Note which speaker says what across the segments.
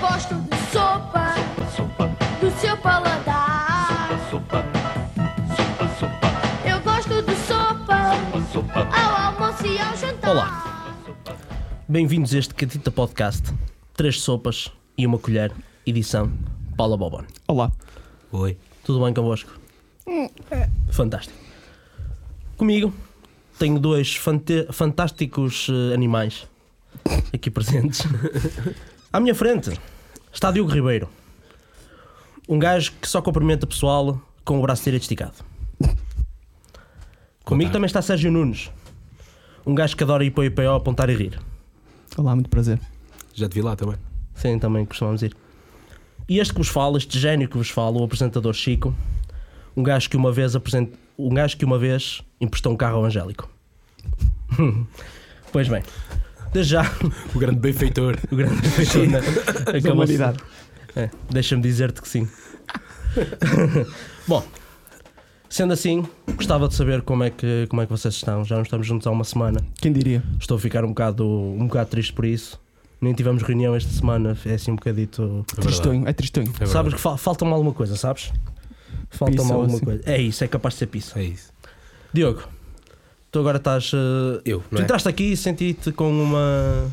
Speaker 1: gosto de sopa,
Speaker 2: sopa,
Speaker 1: do seu paladar.
Speaker 2: sopa, sopa, sopa,
Speaker 1: Eu gosto de sopa,
Speaker 2: sopa, sopa.
Speaker 1: ao almoço e ao jantar.
Speaker 3: Olá. Bem-vindos a este Catita Podcast. Três sopas e uma colher, edição Paula Bobon.
Speaker 4: Olá.
Speaker 3: Oi. Tudo bem convosco? Fantástico. Comigo tenho dois fante- fantásticos eh, animais aqui presentes. À minha frente está Diogo Ribeiro. Um gajo que só cumprimenta pessoal com o braço direito esticado. Comigo também está Sérgio Nunes. Um gajo que adora ir para o IPO apontar e rir.
Speaker 4: Olá, muito prazer.
Speaker 5: Já te vi lá também.
Speaker 3: Sim, também costumamos ir. E este que vos fala, este gênio que vos fala, o apresentador Chico, um gajo que uma vez apresent... um gajo que uma vez emprestou um carro ao Angélico. pois bem, desde já
Speaker 5: O grande benfeitor.
Speaker 3: o grande feitor na-
Speaker 4: Da
Speaker 3: acabou-se.
Speaker 4: humanidade.
Speaker 3: É, Deixa-me dizer-te que sim. Bom, sendo assim, gostava de saber como é, que, como é que vocês estão. Já não estamos juntos há uma semana.
Speaker 4: Quem diria?
Speaker 3: Estou a ficar um bocado, um bocado triste por isso. Nem tivemos reunião esta semana, é assim um bocadito.
Speaker 5: É verdade.
Speaker 4: Tristonho, é tristonho.
Speaker 5: É verdade.
Speaker 3: Sabes que fal falta-me alguma coisa, sabes? Falta-me
Speaker 4: Pizza ou
Speaker 3: alguma
Speaker 4: assim.
Speaker 3: coisa. É isso, é capaz de ser pizza.
Speaker 5: É isso.
Speaker 3: Diogo, tu agora estás. eh,
Speaker 5: Eu,
Speaker 3: tu
Speaker 5: não é?
Speaker 3: entraste aqui e senti-te com uma.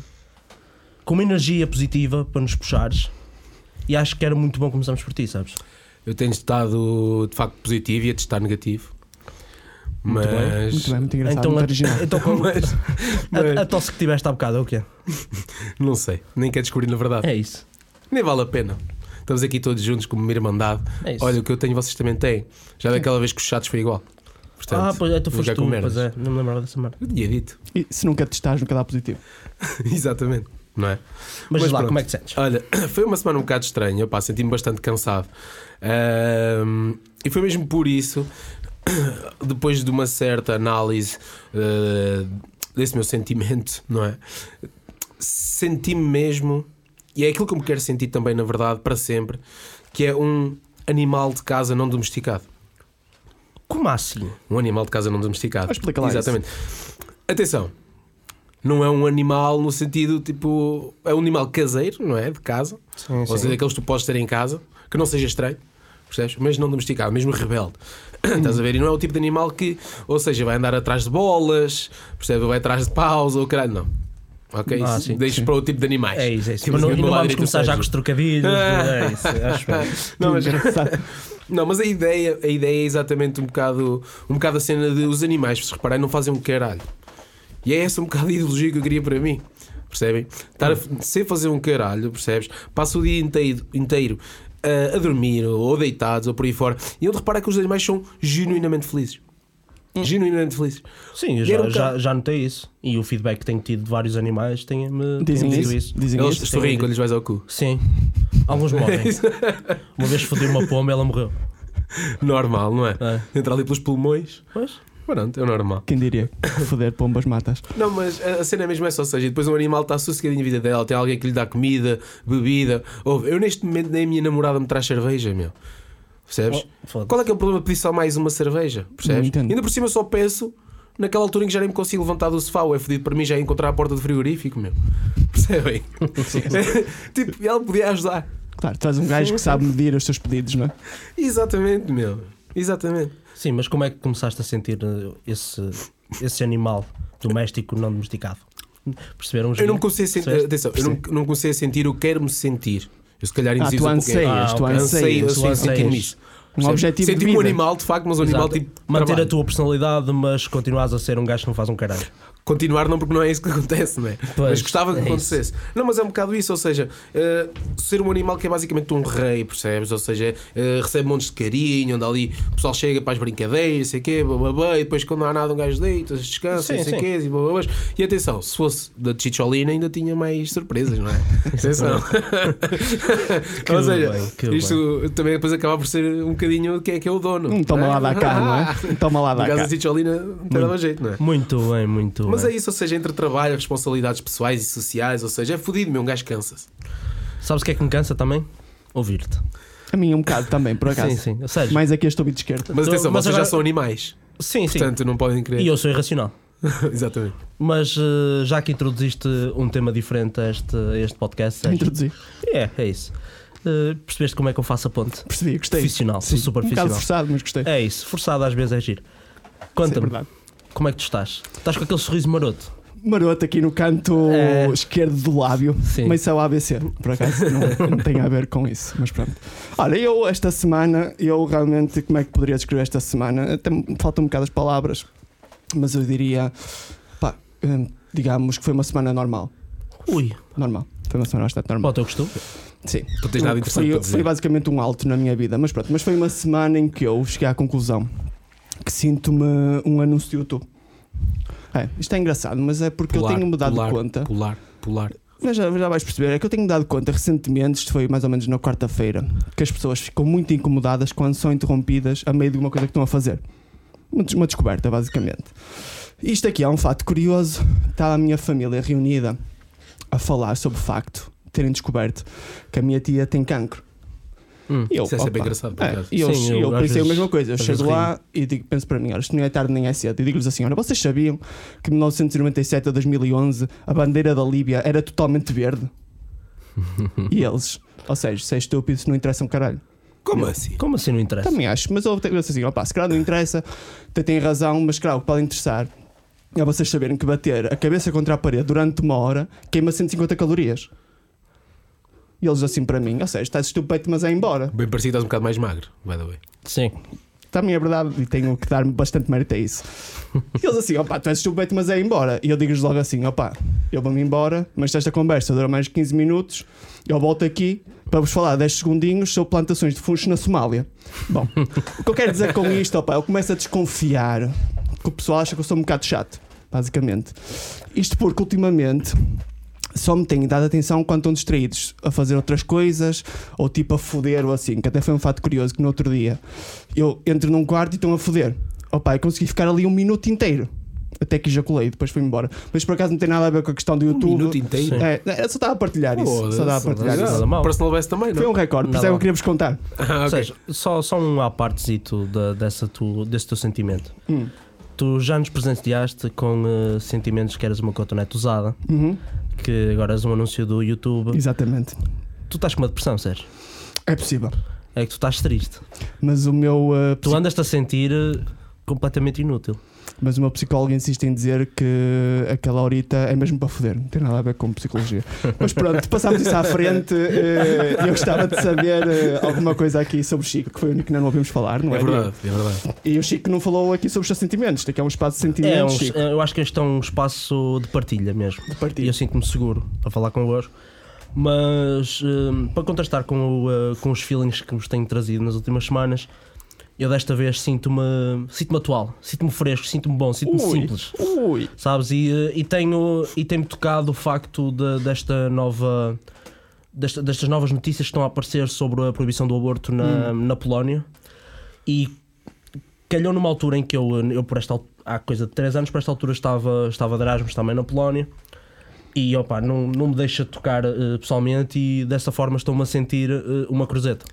Speaker 3: com uma energia positiva para nos puxares. E acho que era muito bom começarmos por ti, sabes?
Speaker 5: Eu tenho estado de facto positivo e a testar negativo. Mas.
Speaker 4: Muito bem, muito engraçado, muito
Speaker 3: a,
Speaker 4: original.
Speaker 3: então com-
Speaker 5: Mas,
Speaker 3: a-
Speaker 5: mas-
Speaker 3: a tosse que tiveste há bocado é o
Speaker 5: Ah,
Speaker 3: quê?
Speaker 5: não sei, nem quero descobrir na verdade.
Speaker 3: É isso.
Speaker 5: Nem vale a pena. Estamos aqui todos juntos como uma irmandade.
Speaker 3: É isso.
Speaker 5: Olha, o que eu tenho, vocês também têm. Já daquela vez que os chatos foi igual. Portanto,
Speaker 3: ah, pois é, tu
Speaker 5: não
Speaker 3: foste
Speaker 5: quero
Speaker 3: tu,
Speaker 5: com merdas.
Speaker 3: pois é, não me lembrava dessa merda.
Speaker 5: Eu tinha dito.
Speaker 4: E se nunca testares, nunca dá positivo.
Speaker 5: Exatamente. Não é?
Speaker 3: Mas, lá,
Speaker 5: pronto.
Speaker 3: como é que te sentes?
Speaker 5: Olha, foi uma semana um bocado estranha, pá, senti-me bastante cansado. Ahm, e foi mesmo por isso, depois de uma certa análise ah, desse meu sentimento, não é? Senti-me mesmo, e é aquilo que eu me quero sentir também, na verdade, para sempre, que é um animal de casa não domesticado.
Speaker 3: Como assim?
Speaker 5: Um animal de casa não domesticado.
Speaker 4: Ah, explica lá isso.
Speaker 5: Exatamente. Atenção. Não é um animal no sentido tipo. É um animal caseiro, não é? De casa.
Speaker 3: Sim,
Speaker 5: Ou seja, aqueles que tu podes ter em casa, que não seja estranho, percebes? Mas não domesticado, mesmo rebelde. Estás a ver? E não é o tipo de animal que, ou seja, vai andar atrás de bolas, percebes? Ou vai atrás de paus ou caralho, não. Ok?
Speaker 3: Ah,
Speaker 5: Isso
Speaker 3: sim,
Speaker 5: deixo
Speaker 3: sim.
Speaker 5: para o tipo de animais.
Speaker 3: É isso, é isso.
Speaker 5: Tipo,
Speaker 3: Mas não,
Speaker 5: do
Speaker 3: e não
Speaker 5: lado
Speaker 3: vamos
Speaker 5: direito
Speaker 3: começar
Speaker 5: do
Speaker 3: já com
Speaker 5: Sérgio.
Speaker 3: os trocadilhos.
Speaker 5: Ah.
Speaker 3: É isso, acho bem.
Speaker 5: Não, mas
Speaker 4: engraçado.
Speaker 5: não, mas a ideia, a ideia é exatamente um bocado, um bocado a cena de os animais, se repararem, não fazem um caralho. E é essa um bocado a ideologia que eu queria para mim. Percebem? Estar a, sem fazer um caralho, percebes? Passo o dia inteiro, inteiro eh, a, a dormir, ou deitados, ou por aí fora. E onde repara que os animais são genuinamente felizes. Genuinamente felizes.
Speaker 3: Sim, eu
Speaker 5: E
Speaker 3: já,
Speaker 5: era um
Speaker 3: já,
Speaker 5: bocado-
Speaker 3: já notei isso. E o feedback que tenho tido de vários animais tem-me
Speaker 4: Dizem
Speaker 3: tem-me dito
Speaker 4: isso? Dizem
Speaker 5: Eles
Speaker 4: isso?
Speaker 5: sorriem quando lhes vais ao cu.
Speaker 3: Sim. Alguns morrem. uma vez fodi uma pomba e ela morreu.
Speaker 5: Normal, não é?
Speaker 3: É.
Speaker 5: Entrar ali pelos pulmões.
Speaker 3: Pois?
Speaker 5: Pronto, é normal.
Speaker 4: Quem diria? Foder pombas matas.
Speaker 5: Não, mas a a cena mesmo é só, ou seja, depois um animal está sossegadinho na vida dela, tem alguém que lhe dá comida, bebida. Ouve, eu neste momento nem a minha namorada me traz cerveja, meu. Percebes?
Speaker 3: Oh, foda-se.
Speaker 5: Qual é que é o problema de pedir só mais uma cerveja?
Speaker 4: Não
Speaker 5: Percebes?
Speaker 4: entendo.
Speaker 5: Ainda por cima eu só peço naquela altura em que já nem me consigo levantar do sofá, ou é fodido para mim já encontrar a porta do frigorífico, meu. Percebem? tipo, ela podia ajudar.
Speaker 4: Claro, traz um gajo que sabe medir os seus pedidos, não é?
Speaker 5: Exatamente, meu. Exatamente.
Speaker 3: Sim, mas como é que começaste a sentir eh, esse, esse animal doméstico não domesticado? Perceberam? os
Speaker 5: Eu não me
Speaker 3: dias?
Speaker 5: comecei a sentir, eh,
Speaker 3: Percebeste?
Speaker 5: atenção, eu não, não comecei a sentir, eu quero-me sentir. Eu se calhar
Speaker 4: Ah,
Speaker 5: induzi-vos
Speaker 4: tu
Speaker 5: um pouquinho.
Speaker 4: anseias, tu
Speaker 3: Ah, ok.
Speaker 5: Anseio,
Speaker 4: anseias.
Speaker 3: Anseio,
Speaker 5: anseio,
Speaker 3: anseias.
Speaker 5: senti-me isso.
Speaker 4: Um objetivo de
Speaker 5: senti um
Speaker 4: vida.
Speaker 5: animal, de facto, mas um animal
Speaker 3: Exato.
Speaker 5: tipo. de
Speaker 3: Manter
Speaker 5: trabalho.
Speaker 3: a tua personalidade, mas continuas a ser um gajo que não faz um caralho.
Speaker 5: Continuar não, porque não é isso que acontece, não é?
Speaker 3: Pois,
Speaker 5: mas gostava que
Speaker 3: é isso.
Speaker 5: acontecesse. Não, mas é um bocado isso, ou seja, eh, ser um animal que é basicamente um rei, percebes? Ou seja, eh, recebe montes de carinho, onde ali o pessoal chega para as brincadeiras, sei o quê, bababá, e depois quando não há nada um gajo deita, descansa,
Speaker 3: Sim,
Speaker 5: sei
Speaker 3: sim.
Speaker 5: o quê, e bababás. E atenção, se fosse da Chicholina ainda tinha mais surpresas, não é? atenção. ou seja,
Speaker 3: bem, que
Speaker 5: isto também depois acaba por ser um bocadinho quem é que é o dono.
Speaker 4: Um toma lá da cá, não é? Um toma lá
Speaker 5: No
Speaker 4: da
Speaker 5: caso
Speaker 4: cá.
Speaker 5: da Cicciolina, não tem dava jeito, não é?
Speaker 3: Muito bem, muito
Speaker 5: Mas
Speaker 3: bem.
Speaker 5: é isso, ou seja, entre trabalho, responsabilidades pessoais e sociais, ou seja, é fodido, meu, um gajo cansa-se.
Speaker 3: Então, Sabes o que é que me cansa também? Ouvir-te.
Speaker 4: A mim um bocado também, por acaso.
Speaker 3: Sim, sim. Ou seja,
Speaker 4: Mais aqui este ouvido esquerdo.
Speaker 5: Mas
Speaker 3: Tô-
Speaker 5: atenção,
Speaker 3: mas
Speaker 5: vocês
Speaker 3: agora-
Speaker 5: já são animais,
Speaker 3: sim, sim.
Speaker 5: portanto é- não podem querer.
Speaker 3: E eu sou irracional.
Speaker 5: Exatamente.
Speaker 3: Mas eh, já que introduziste um tema diferente a este, a este podcast, Sérgio,
Speaker 4: Introduzir.
Speaker 3: é, é isso. Eh, percebeste como é que eu faço a ponte?
Speaker 4: Percebi, gostei.
Speaker 3: Profissional, sou super
Speaker 4: um bocado
Speaker 3: profissional.
Speaker 4: forçado, mas gostei.
Speaker 3: É isso, forçado às vezes é giro.
Speaker 4: Isso é
Speaker 3: Conta-me,
Speaker 4: verdade.
Speaker 3: como é que tu estás? Estás com aquele sorriso maroto?
Speaker 4: Maroto aqui no canto
Speaker 3: É.
Speaker 4: esquerdo do lábio.
Speaker 3: Sim.
Speaker 4: Mas isso é o ABC. Por acaso não, não tem a ver com isso. Mas pronto. Olha, eu esta semana, eu realmente, como é que poderia descrever esta semana? Até me faltam um bocado as palavras, mas eu diria, pá, hum, digamos que foi uma semana normal.
Speaker 3: Ui,
Speaker 4: Normal. Foi uma semana bastante normal.
Speaker 3: bota eu costume.
Speaker 4: Sim.
Speaker 5: Tu tens nada interessante
Speaker 4: foi,
Speaker 5: para
Speaker 4: foi
Speaker 5: dizer.
Speaker 4: basicamente um alto na minha vida, mas pronto. Mas foi uma semana em que eu cheguei à conclusão que sinto-me um anúncio do YouTube. É, isto é engraçado, mas é porque eu tenho-me dado
Speaker 5: pular,
Speaker 4: conta.
Speaker 5: Pular, pular.
Speaker 4: Mas já, já vais perceber, é que eu tenho dado conta recentemente, isto foi mais ou menos na quarta-feira, que as pessoas ficam muito incomodadas quando são interrompidas a meio de uma coisa que estão a fazer. Uma des- uma descoberta, basicamente. Isto aqui é um fato curioso. Está a minha família reunida a falar sobre o facto de terem descoberto que a minha tia tem cancro.
Speaker 3: Hum,
Speaker 4: E eu,
Speaker 5: Isso é sempre
Speaker 4: opa,
Speaker 5: engraçado, por
Speaker 4: é,
Speaker 5: acaso.
Speaker 4: e eu,
Speaker 3: Sim, eu
Speaker 4: eu
Speaker 3: às
Speaker 4: pensei a
Speaker 3: vezes-
Speaker 4: mesma coisa. Eu
Speaker 3: às
Speaker 4: chego
Speaker 3: vezes
Speaker 4: lá e digo, penso para mim, olha, isto não é tarde nem é cedo. E digo-lhes assim: olha, vocês sabiam que de 1997 a 2011 a bandeira da Líbia era totalmente verde? e eles, ou seja, se é estúpido, isso não interessa um caralho.
Speaker 5: Como assim?
Speaker 3: Como assim não interessa?
Speaker 4: Também acho, mas eu tenho assim: opá, se calhar não interessa, até têm razão, mas claro, o que pode interessar é vocês saberem que bater a cabeça contra a parede durante uma hora queima 150 calorias. E eles assim para mim, ou seja, estás estupendo, mas é embora.
Speaker 5: Bem parecido, estás um bocado mais magro, by the way.
Speaker 3: Sim.
Speaker 4: Também é verdade e tenho que dar-me bastante mérito a isso. E eles assim, opá, tu és estupendo, mas é embora. E eu digo-lhes logo assim, opá, eu vou-me embora, mas esta conversa dura mais de 15 minutos, eu volto aqui para vos falar 10 segundinhos sobre plantações de funcho na Somália. Bom, o que eu quero dizer com isto, opá, eu começo a desconfiar que o pessoal acha que eu sou um bocado chato, basicamente. Isto porque ultimamente só me têm dado atenção quando estão distraídos a fazer outras coisas ou tipo a foder ou assim, que até foi um fato curioso que no outro dia eu entro num quarto e estão a foder. Opa, eu consegui ficar ali um minuto inteiro. Até que ejaculei, depois fui embora. Mas por acaso não tem nada a ver com a questão do YouTube.
Speaker 5: Um minuto inteiro?
Speaker 4: É, eu só estava a partilhar isso. Só estava a partilhar
Speaker 3: Nada
Speaker 4: isso.
Speaker 3: mal.
Speaker 5: Personal best também,
Speaker 4: Foi
Speaker 5: não?
Speaker 4: um recorde, por isso
Speaker 3: Nada
Speaker 4: é que
Speaker 3: mal.
Speaker 4: eu queria vos contar.
Speaker 5: Ah,
Speaker 3: Ou
Speaker 5: ok.
Speaker 3: seja, só, só um à partezito da- dessa tu, desse teu sentimento.
Speaker 4: Hum.
Speaker 3: Tu já nos presenteaste com eh, sentimentos que eras uma cotonete usada,
Speaker 4: Uhum,
Speaker 3: que agora és um anúncio do YouTube.
Speaker 4: Exatamente.
Speaker 3: Tu estás com uma depressão, Sérgio.
Speaker 4: É possível.
Speaker 3: É que tu estás triste.
Speaker 4: Mas o meu, uh,
Speaker 3: Tu andas-te a sentir eh, completamente inútil.
Speaker 4: mas o meu psicólogo insiste em dizer que aquela horita é mesmo para foder. Não tem nada a ver com psicologia. mas pronto, passámos isso à frente. eh, eu gostava de saber eh, alguma coisa aqui sobre o Chico, que foi o único que não ouvimos falar, não é?
Speaker 5: É verdade, é verdade.
Speaker 4: E o Chico não falou aqui sobre os seus sentimentos. Tem que é um espaço de
Speaker 3: É um-
Speaker 4: sentimentos, Chico.
Speaker 3: eu acho que este é um espaço de partilha mesmo.
Speaker 4: De
Speaker 3: E
Speaker 4: partilha.
Speaker 3: eu sinto-me seguro para falar convosco. Mas hum, para contrastar com, o, uh, com os feelings que vos tenho trazido nas últimas semanas, eu desta vez sinto-me sinto-me atual, sinto-me fresco, sinto-me bom, sinto-me
Speaker 4: Ui.
Speaker 3: simples.
Speaker 4: Ui.
Speaker 3: Sabes? E, eh, e tenho e tem-me tocado o facto de- desta nova. desta- destas novas notícias que estão a aparecer sobre a proibição do aborto na, na Polónia. E calhou numa altura em que eu, eh, eu por esta, al- há coisa de 3 anos, por esta altura estava, estava de Erasmus também na Polónia. E opa, não, não me deixa tocar eh, pessoalmente e dessa forma estou-me a sentir eh, uma cruzeta.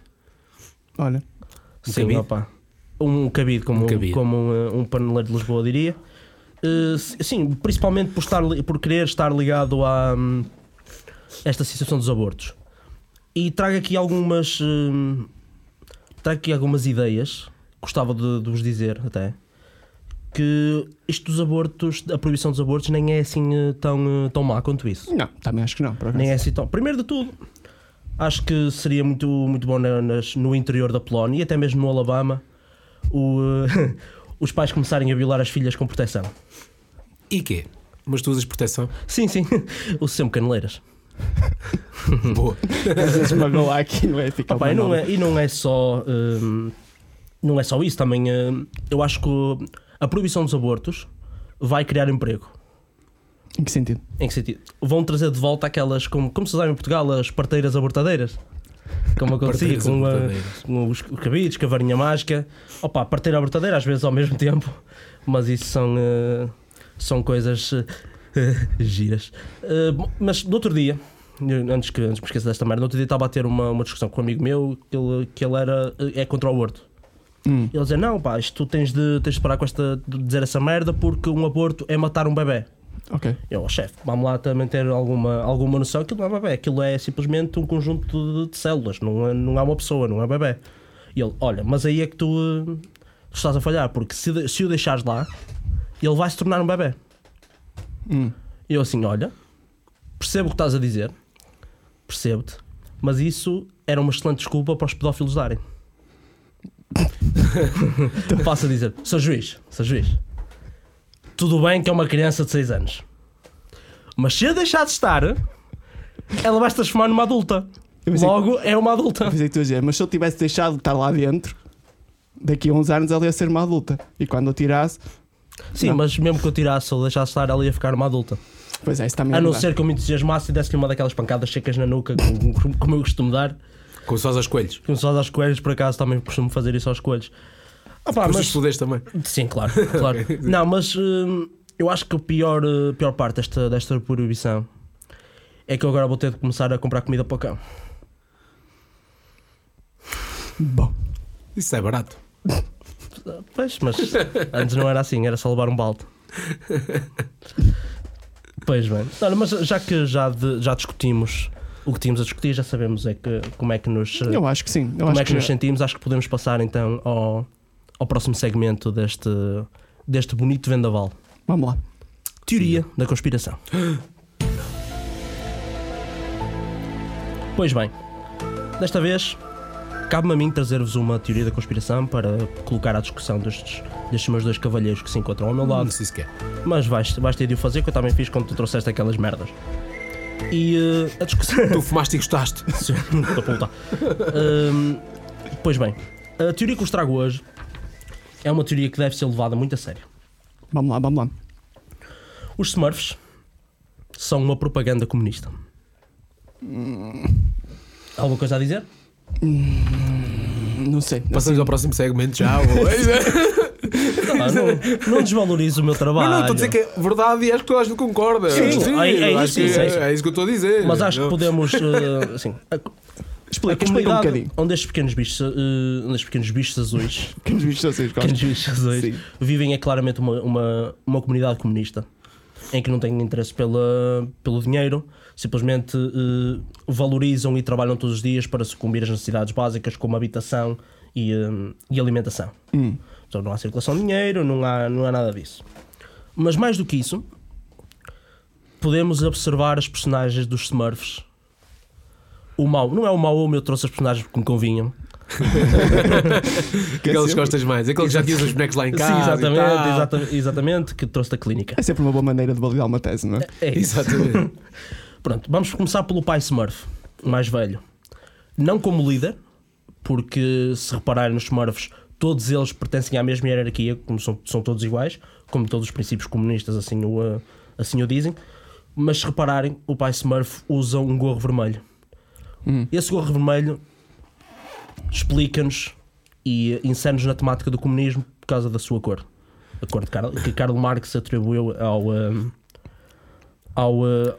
Speaker 4: Olha,
Speaker 5: Um
Speaker 3: Sim,
Speaker 5: cabide?
Speaker 3: opa. Um cabide, como
Speaker 5: Um
Speaker 3: um,
Speaker 5: cabide.
Speaker 3: Como um, uh, um paneleiro de Lisboa diria. Uh, s- sim, principalmente por, estar, li- por querer estar ligado a hum, esta situação dos abortos. E trago aqui algumas. hum, trago aqui algumas ideias, gostava de, de vos dizer até, que isto dos abortos, a proibição dos abortos, nem é assim eh, tão, eh, tão má quanto isso.
Speaker 4: não, também acho que não, por acaso.
Speaker 3: Nem é assim tão. Primeiro de tudo, acho que seria muito, muito bom na- nas- no interior da Polónia e até mesmo no Alabama o, eh, os pais começarem a violar as filhas com proteção.
Speaker 5: E quê? Mas tu usas proteção?
Speaker 3: Sim, sim, uso sempre caneleiras. Uhum.
Speaker 5: Boa.
Speaker 4: Esmagou lá aqui, não é? Fica
Speaker 3: Opa,
Speaker 4: uma
Speaker 3: e, não
Speaker 4: nova.
Speaker 3: é, e não é só. hum, não é só isso também. hum, eu acho que o- a proibição dos abortos vai criar emprego. é.
Speaker 4: Em que sentido?
Speaker 3: Em que sentido? Vão trazer de volta aquelas, como, como se usava em Portugal, as parteiras abortadeiras. Como acontecia
Speaker 5: Parteiras
Speaker 3: com, a-
Speaker 5: abortadeiras.
Speaker 3: com os cabides, com a varinha mágica. Opa, parteira abortadeira às vezes ao mesmo tempo. Mas isso são, eh, são coisas eh, giras. Eh, bom, mas no outro dia, antes que, antes que me esqueça desta merda, no outro dia estava a ter uma, uma discussão com um amigo meu que ele, que ele era, eh, é contra o aborto.
Speaker 5: Hum.
Speaker 3: E ele dizia: Não, pá, isto tu tens de, tens de parar com esta. de dizer essa merda porque um aborto é matar um bebê.
Speaker 4: Ok.
Speaker 3: Eu, "Oh, chefe, vamos lá também ter alguma, alguma noção. Aquilo não é bebê, aquilo é simplesmente um conjunto de, de células, não é, não é uma pessoa, não é bebê. E ele, olha, mas aí é que tu, eh, tu estás a falhar, porque se, de- se o deixares lá, ele vai se tornar um bebê.
Speaker 4: Hum.
Speaker 3: E eu assim, olha, percebo o que estás a dizer, percebo-te, mas isso era uma excelente desculpa para os pedófilos darem. Passo a dizer, Sr. Juiz, Sr. Juiz, tudo bem que é uma criança de 6 anos, mas se a deixar de estar, ela vai se transformar numa adulta.
Speaker 4: Eu pensei-
Speaker 3: Logo, é uma adulta.
Speaker 4: Pensei que tu ias dizer, mas se eu tivesse deixado de estar lá dentro, daqui a uns anos ela ia ser uma adulta. E quando eu tirasse,
Speaker 3: Sim,
Speaker 4: Não.
Speaker 3: mas mesmo que eu tirasse ou deixasse estar, ela ia ficar uma adulta.
Speaker 4: pois é, isso também
Speaker 3: A não
Speaker 4: dá.
Speaker 3: ser que eu me entusiasmasse e desse-lhe uma daquelas pancadas secas na nuca, como- como eu costumo dar.
Speaker 5: Como se faz aos coelhos.
Speaker 3: Como se faz aos coelhos, por acaso também costumo fazer isso aos coelhos. Ah pá,
Speaker 5: Mas os
Speaker 3: mas...
Speaker 5: poderes também.
Speaker 3: Sim, claro, claro. Não, mas hum, eu acho que a pior, eh, pior parte desta, desta proibição é que eu agora vou ter de começar a comprar comida para o cão.
Speaker 4: Bom,
Speaker 5: Isso é barato.
Speaker 3: Pois, mas antes não era assim, era só levar um balde. Pois bem. Olha, mas já que já, de- já discutimos o que tínhamos a discutir, já sabemos é que, como é que nos. eh,
Speaker 4: eu acho que sim. Eu
Speaker 3: como
Speaker 4: acho
Speaker 3: é que
Speaker 4: que
Speaker 3: nos sentimos, acho que podemos passar então ao, ao próximo segmento deste, deste bonito vendaval.
Speaker 4: Vamos lá.
Speaker 3: Teoria da conspiração. Pois bem, desta vez cabe-me a mim trazer-vos uma teoria da conspiração para colocar à discussão destes, destes meus dois cavalheiros que se encontram ao meu lado.
Speaker 5: Não sei se quer.
Speaker 3: Mas vais, vais ter de o fazer, que eu também fiz quando tu trouxeste aquelas merdas. E eh, a discussão.
Speaker 5: Tu fumaste e gostaste.
Speaker 3: Sim, da puta. Hum, pois bem, a teoria que vos trago hoje é uma teoria que deve ser levada muito a sério.
Speaker 4: Vamos lá, vamos lá.
Speaker 3: Os Smurfs são uma propaganda comunista.
Speaker 5: Hum.
Speaker 3: Alguma coisa a dizer?
Speaker 4: Não sei.
Speaker 5: Passamos ao próximo segmento já. ou-
Speaker 3: Ah, não, não desvalorizo o meu trabalho.
Speaker 5: Não, não, estou a dizer que é verdade e acho que toda a gente concorda.
Speaker 3: Sim, é- é
Speaker 5: acho
Speaker 3: isso,
Speaker 5: que
Speaker 3: isso, é isso.
Speaker 5: é isso que eu estou a dizer.
Speaker 3: Mas acho que
Speaker 5: Não.
Speaker 3: podemos. eh, assim, a, a
Speaker 4: Explica, explica um
Speaker 3: comunidade
Speaker 4: bocadinho.
Speaker 3: onde estes pequenos bichos, eh, onde estes pequenos bichos azuis
Speaker 4: Que os bichos vocês gostam.
Speaker 3: pequenos bichos azuis
Speaker 4: Sim.
Speaker 3: vivem é claramente uma, uma, uma comunidade comunista em que não têm interesse pela, pelo dinheiro, simplesmente eh, valorizam e trabalham todos os dias para sucumbir às necessidades básicas como habitação e, eh, e alimentação. Então não há circulação de dinheiro, não há, não há nada disso. Mas mais do que isso, podemos observar as personagens dos Smurfs. O mau, não é o mau homem, eu trouxe as personagens porque me convinham.
Speaker 5: Aqueles que gostas mais. Aqueles que já tinhas os bonecos lá em casa.
Speaker 3: Sim,
Speaker 5: e
Speaker 3: exatamente, tá.
Speaker 5: tal.
Speaker 3: exatamente, exatamente, que trouxe da clínica.
Speaker 4: É sempre uma boa maneira de validar uma tese, não é?
Speaker 3: É isso.
Speaker 5: Exatamente.
Speaker 3: Pronto, vamos começar pelo pai Smurf, o mais velho. Não como líder, porque se repararem nos Smurfs, todos eles pertencem à mesma hierarquia, como são, são todos iguais, como todos os princípios comunistas assim o, ah, assim o dizem. Mas se repararem, o pai Smurf usa um gorro vermelho. Esse gorro vermelho explica-nos e ensina-nos na temática do comunismo por causa da sua cor. A cor de Karl, que Karl Marx atribuiu ao, ah, ao, ah,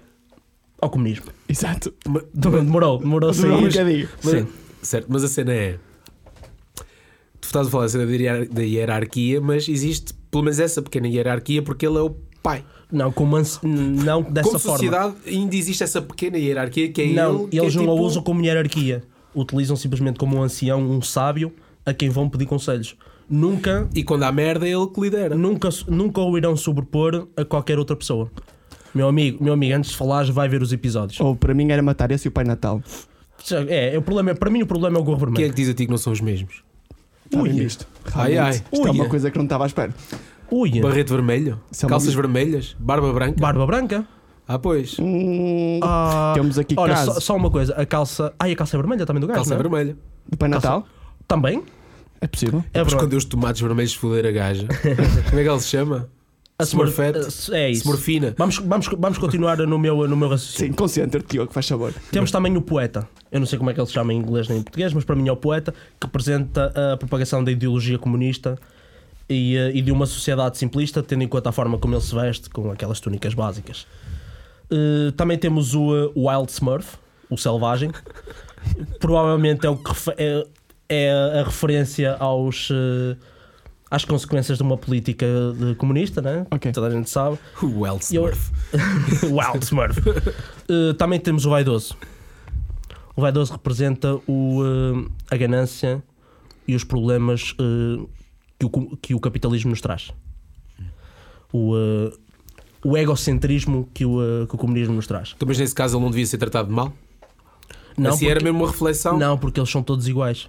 Speaker 3: ao comunismo.
Speaker 4: Exato.
Speaker 3: Demorou, demorou a
Speaker 4: Demorou um
Speaker 3: sair.
Speaker 4: bocadinho.
Speaker 5: Mas-
Speaker 3: Sim.
Speaker 5: Certo, mas a cena é. Tu estás a falar da cena da hierar- da hierarquia, mas existe pelo menos essa pequena hierarquia porque ele é o pai.
Speaker 3: Não, com mans- não dessa
Speaker 5: Como
Speaker 3: forma.
Speaker 5: sociedade ainda existe essa pequena hierarquia que é
Speaker 3: Não,
Speaker 5: ele. que é
Speaker 3: eles não a
Speaker 5: tipo-
Speaker 3: usam como hierarquia. Utilizam simplesmente como um ancião, um sábio, a quem vão pedir conselhos. Nunca,
Speaker 5: E quando há merda é ele que lidera.
Speaker 3: nunca, nunca o irão sobrepor a qualquer outra pessoa. Meu amigo, meu amigo, antes de falares, vai ver os episódios.
Speaker 4: Ou para mim era matar esse e o Pai Natal.
Speaker 3: É, é, o problema, é- para mim o problema é o gorro
Speaker 5: Quem é
Speaker 3: vermelho.
Speaker 5: que diz a ti que não são os mesmos?
Speaker 4: Está Tá bem
Speaker 3: Ui.
Speaker 4: visto.
Speaker 5: Ai, ai.
Speaker 4: Realmente, Isto é
Speaker 3: Ui.
Speaker 4: uma coisa que não estava à espera.
Speaker 5: é
Speaker 3: Ui,
Speaker 5: Barreto vermelho?
Speaker 4: Isso é uma
Speaker 5: calças
Speaker 4: mi-
Speaker 5: vermelhas? Barba branca?
Speaker 3: barba branca.
Speaker 5: Ah, pois.
Speaker 4: Hum,
Speaker 3: Ah,
Speaker 4: Temos aqui
Speaker 3: Olha,
Speaker 4: caso
Speaker 3: só, só uma coisa, a calça. Ai, a calça é vermelha também do gajo.
Speaker 5: Calça
Speaker 3: não é?
Speaker 5: vermelha.
Speaker 4: do Pai Natal.
Speaker 3: Também?
Speaker 4: É possível.
Speaker 3: É
Speaker 5: Mas
Speaker 3: verdade.
Speaker 5: quando os tomates vermelhos foder a gaja. Como é que ele se chama?
Speaker 3: A Smurf-
Speaker 5: Smurfette?
Speaker 3: a- É isso.
Speaker 5: Smurfina.
Speaker 3: Vamos, vamos, vamos continuar no meu, no meu raciocínio.
Speaker 4: Sim, concentra-te, Tiago, faz favor.
Speaker 3: Temos também o poeta. Eu não sei como é que ele se chama em inglês nem em português, mas para mim é o poeta que representa a propagação da ideologia comunista e, eh, e de uma sociedade simplista, tendo em conta a forma como ele se veste, com aquelas túnicas básicas. Eh, também temos o eh, Wild Smurf, o selvagem. Provavelmente é o que refe- é, é a referência aos. eh, às consequências de uma política de comunista, né?
Speaker 4: Ok.
Speaker 3: Toda a gente sabe.
Speaker 5: O El Smurf.
Speaker 3: Wild Smurf. Eh, também temos o vaidoso. O vaidoso representa o, eh, a ganância e os problemas eh, que, o, cu- que o capitalismo nos traz. O, eh, o egocentrismo que o, eh, que o comunismo nos traz.
Speaker 5: Então, mas nesse caso ele não devia ser tratado de mal?
Speaker 3: Não,
Speaker 5: assim era
Speaker 3: porque-
Speaker 5: mesmo uma reflexão?
Speaker 3: não, porque eles são todos iguais.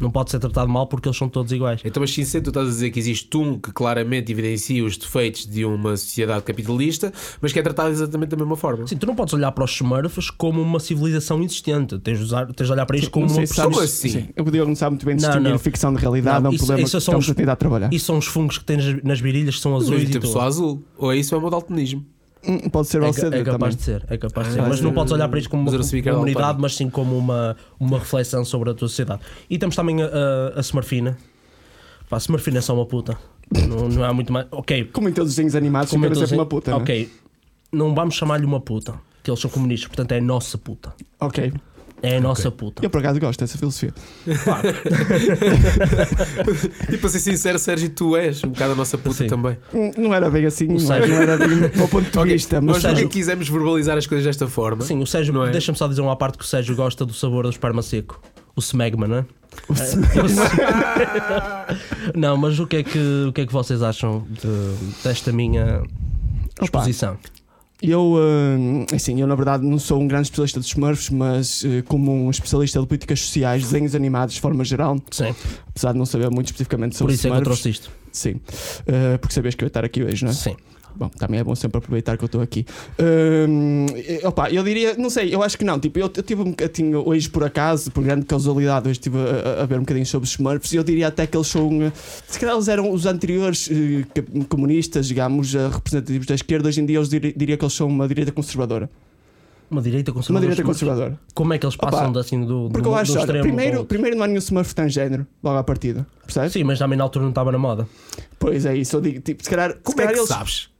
Speaker 3: Não pode ser tratado mal porque eles são todos iguais.
Speaker 5: Então, mas sincero, tu estás a dizer que existe um que claramente evidencia os defeitos de uma sociedade capitalista, mas que é tratado exatamente da mesma forma.
Speaker 3: Sim, Assim, tu não podes olhar para os Smurfs como uma civilização existente. Tens de, usar, tens de olhar para isto como
Speaker 4: não
Speaker 3: uma
Speaker 4: sei se sabes,
Speaker 5: pessoa assim.
Speaker 4: sim, o Diogo não sabe muito bem
Speaker 3: Não,
Speaker 4: distinguir
Speaker 3: não.
Speaker 4: ficção de realidade,
Speaker 3: Não,
Speaker 4: é um
Speaker 3: isso-
Speaker 4: problema
Speaker 3: isso
Speaker 4: que
Speaker 3: são
Speaker 4: estamos
Speaker 3: os-
Speaker 4: a tentar trabalhar.
Speaker 3: E são os fungos que tens nas virilhas que são
Speaker 5: Mas
Speaker 3: azuis
Speaker 5: existe
Speaker 3: e
Speaker 5: a
Speaker 4: tipo,
Speaker 5: pessoa
Speaker 3: tudo.
Speaker 5: azul. Ou é isso ou é o daltonismo.
Speaker 4: Hum, Pode ser
Speaker 3: É,
Speaker 4: o
Speaker 3: ca-
Speaker 4: Alcedra
Speaker 3: é capaz
Speaker 4: também.
Speaker 3: de ser, é capaz de ser.
Speaker 4: Ah,
Speaker 3: Mas não
Speaker 4: é.
Speaker 3: podes olhar para isto como uma,
Speaker 5: Mas eu recebi que era
Speaker 3: uma unidade,
Speaker 5: daltónico.
Speaker 3: mas sim como uma, uma reflexão sobre a tua sociedade. E temos também a, a, a Smurfina. Pá, a Smurfina é só uma puta. não, não há muito mais. Ok,
Speaker 4: Como em todos os desenhos animados,
Speaker 3: como
Speaker 4: como
Speaker 3: eu
Speaker 4: sempre
Speaker 3: estou a dizer-
Speaker 4: uma puta, não é?
Speaker 3: Ok, não vamos chamar-lhe uma puta, que eles são comunistas, portanto é a nossa puta.
Speaker 4: Ok.
Speaker 3: É a nossa puta.
Speaker 4: Eu por acaso gosto dessa filosofia.
Speaker 5: E para Tipo, ser sincero, Sérgio, tu és um bocado a nossa puta
Speaker 3: Sim.
Speaker 5: também.
Speaker 4: Hum, Não era bem assim, não era,
Speaker 3: Sérgio-
Speaker 4: não era bem do meu ponto de
Speaker 5: Ok,
Speaker 4: vista, mas
Speaker 5: Nós
Speaker 3: Sérgio-
Speaker 5: também quisemos verbalizar as coisas desta forma.
Speaker 3: Sim, o Sérgio,
Speaker 5: Não é?
Speaker 3: deixa-me só dizer uma parte que o Sérgio gosta do sabor do esperma seco. O smegma, não é? O se- não, mas o que é que, o que, é que vocês acham de- desta minha
Speaker 4: Opa,
Speaker 3: exposição?
Speaker 4: eu, hum, assim, eu na verdade não sou um grande especialista dos Smurfs, mas eh, como um especialista de políticas sociais, desenhos animados de forma geral,
Speaker 3: Sim,
Speaker 4: apesar de não saber muito especificamente
Speaker 3: por
Speaker 4: sobre
Speaker 3: isso é que eu
Speaker 4: Smurfs,
Speaker 3: trouxe isto.
Speaker 4: Sim, Eh, porque sabias que eu ia estar aqui hoje, não é?
Speaker 3: Sim.
Speaker 4: Bom, também é bom sempre aproveitar que eu estou aqui. Hum, eh, opa, eu diria, não sei, eu acho que não. Tipo, eu, eu tive um bocadinho hoje, por acaso, por grande causalidade, hoje estive a, a- a ver um bocadinho sobre os Smurfs. e Eu diria até que eles são. eh, Se calhar eles eram os anteriores eh, cap- comunistas, digamos, eh, representativos da esquerda. Hoje em dia, eu diria, diria que eles são uma direita conservadora.
Speaker 3: Uma direita
Speaker 4: Uma
Speaker 3: conservadora.
Speaker 4: direita
Speaker 3: dos Smurfs.
Speaker 4: conservadora.
Speaker 3: Como é que eles passam
Speaker 4: Opa,
Speaker 3: de, assim do, do,
Speaker 4: Porque eu
Speaker 3: do
Speaker 4: acho, olha,
Speaker 3: extremo? para o
Speaker 4: primeiro,
Speaker 3: outro?
Speaker 4: primeiro não há nenhum Smurf transgénero logo à partida, percebes?
Speaker 3: Sim, mas também na altura não estava na moda.
Speaker 4: Pois é, isso eu digo, tipo, se calhar. se é
Speaker 5: Como é
Speaker 4: calhar
Speaker 5: que
Speaker 4: eles...
Speaker 5: sabes?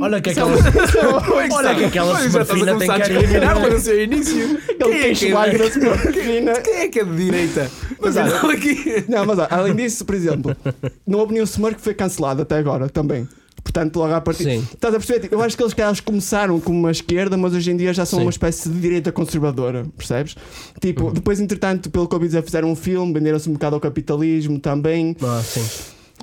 Speaker 3: Olha que aquela, olha que aquela
Speaker 5: Mas já é, estás a
Speaker 3: Smurfina tem
Speaker 5: começar a
Speaker 3: cara
Speaker 5: discriminar para o seu início. Quem
Speaker 4: Ele
Speaker 5: é, que
Speaker 4: queixo
Speaker 5: é,
Speaker 4: magro
Speaker 5: de-
Speaker 4: da Smurfina.
Speaker 5: quem é que é de direita? Mas
Speaker 3: é.
Speaker 4: olha-
Speaker 5: então aqui.
Speaker 4: Não, mas ó, além disso, por exemplo, não houve nenhum Smurf que foi cancelado até agora também. Portanto, logo à partida.
Speaker 3: Sim.
Speaker 4: Estás a perceber? Tipo, Eu acho que eles, que eles começaram como uma esquerda, mas hoje em dia já são
Speaker 3: Sim. Uhum.
Speaker 4: uma espécie de direita conservadora, percebes? Tipo, depois, entretanto, pelo que eu ouvi dizer, fizeram um filme, venderam-se um bocado ao capitalismo também.
Speaker 3: Ah, sim.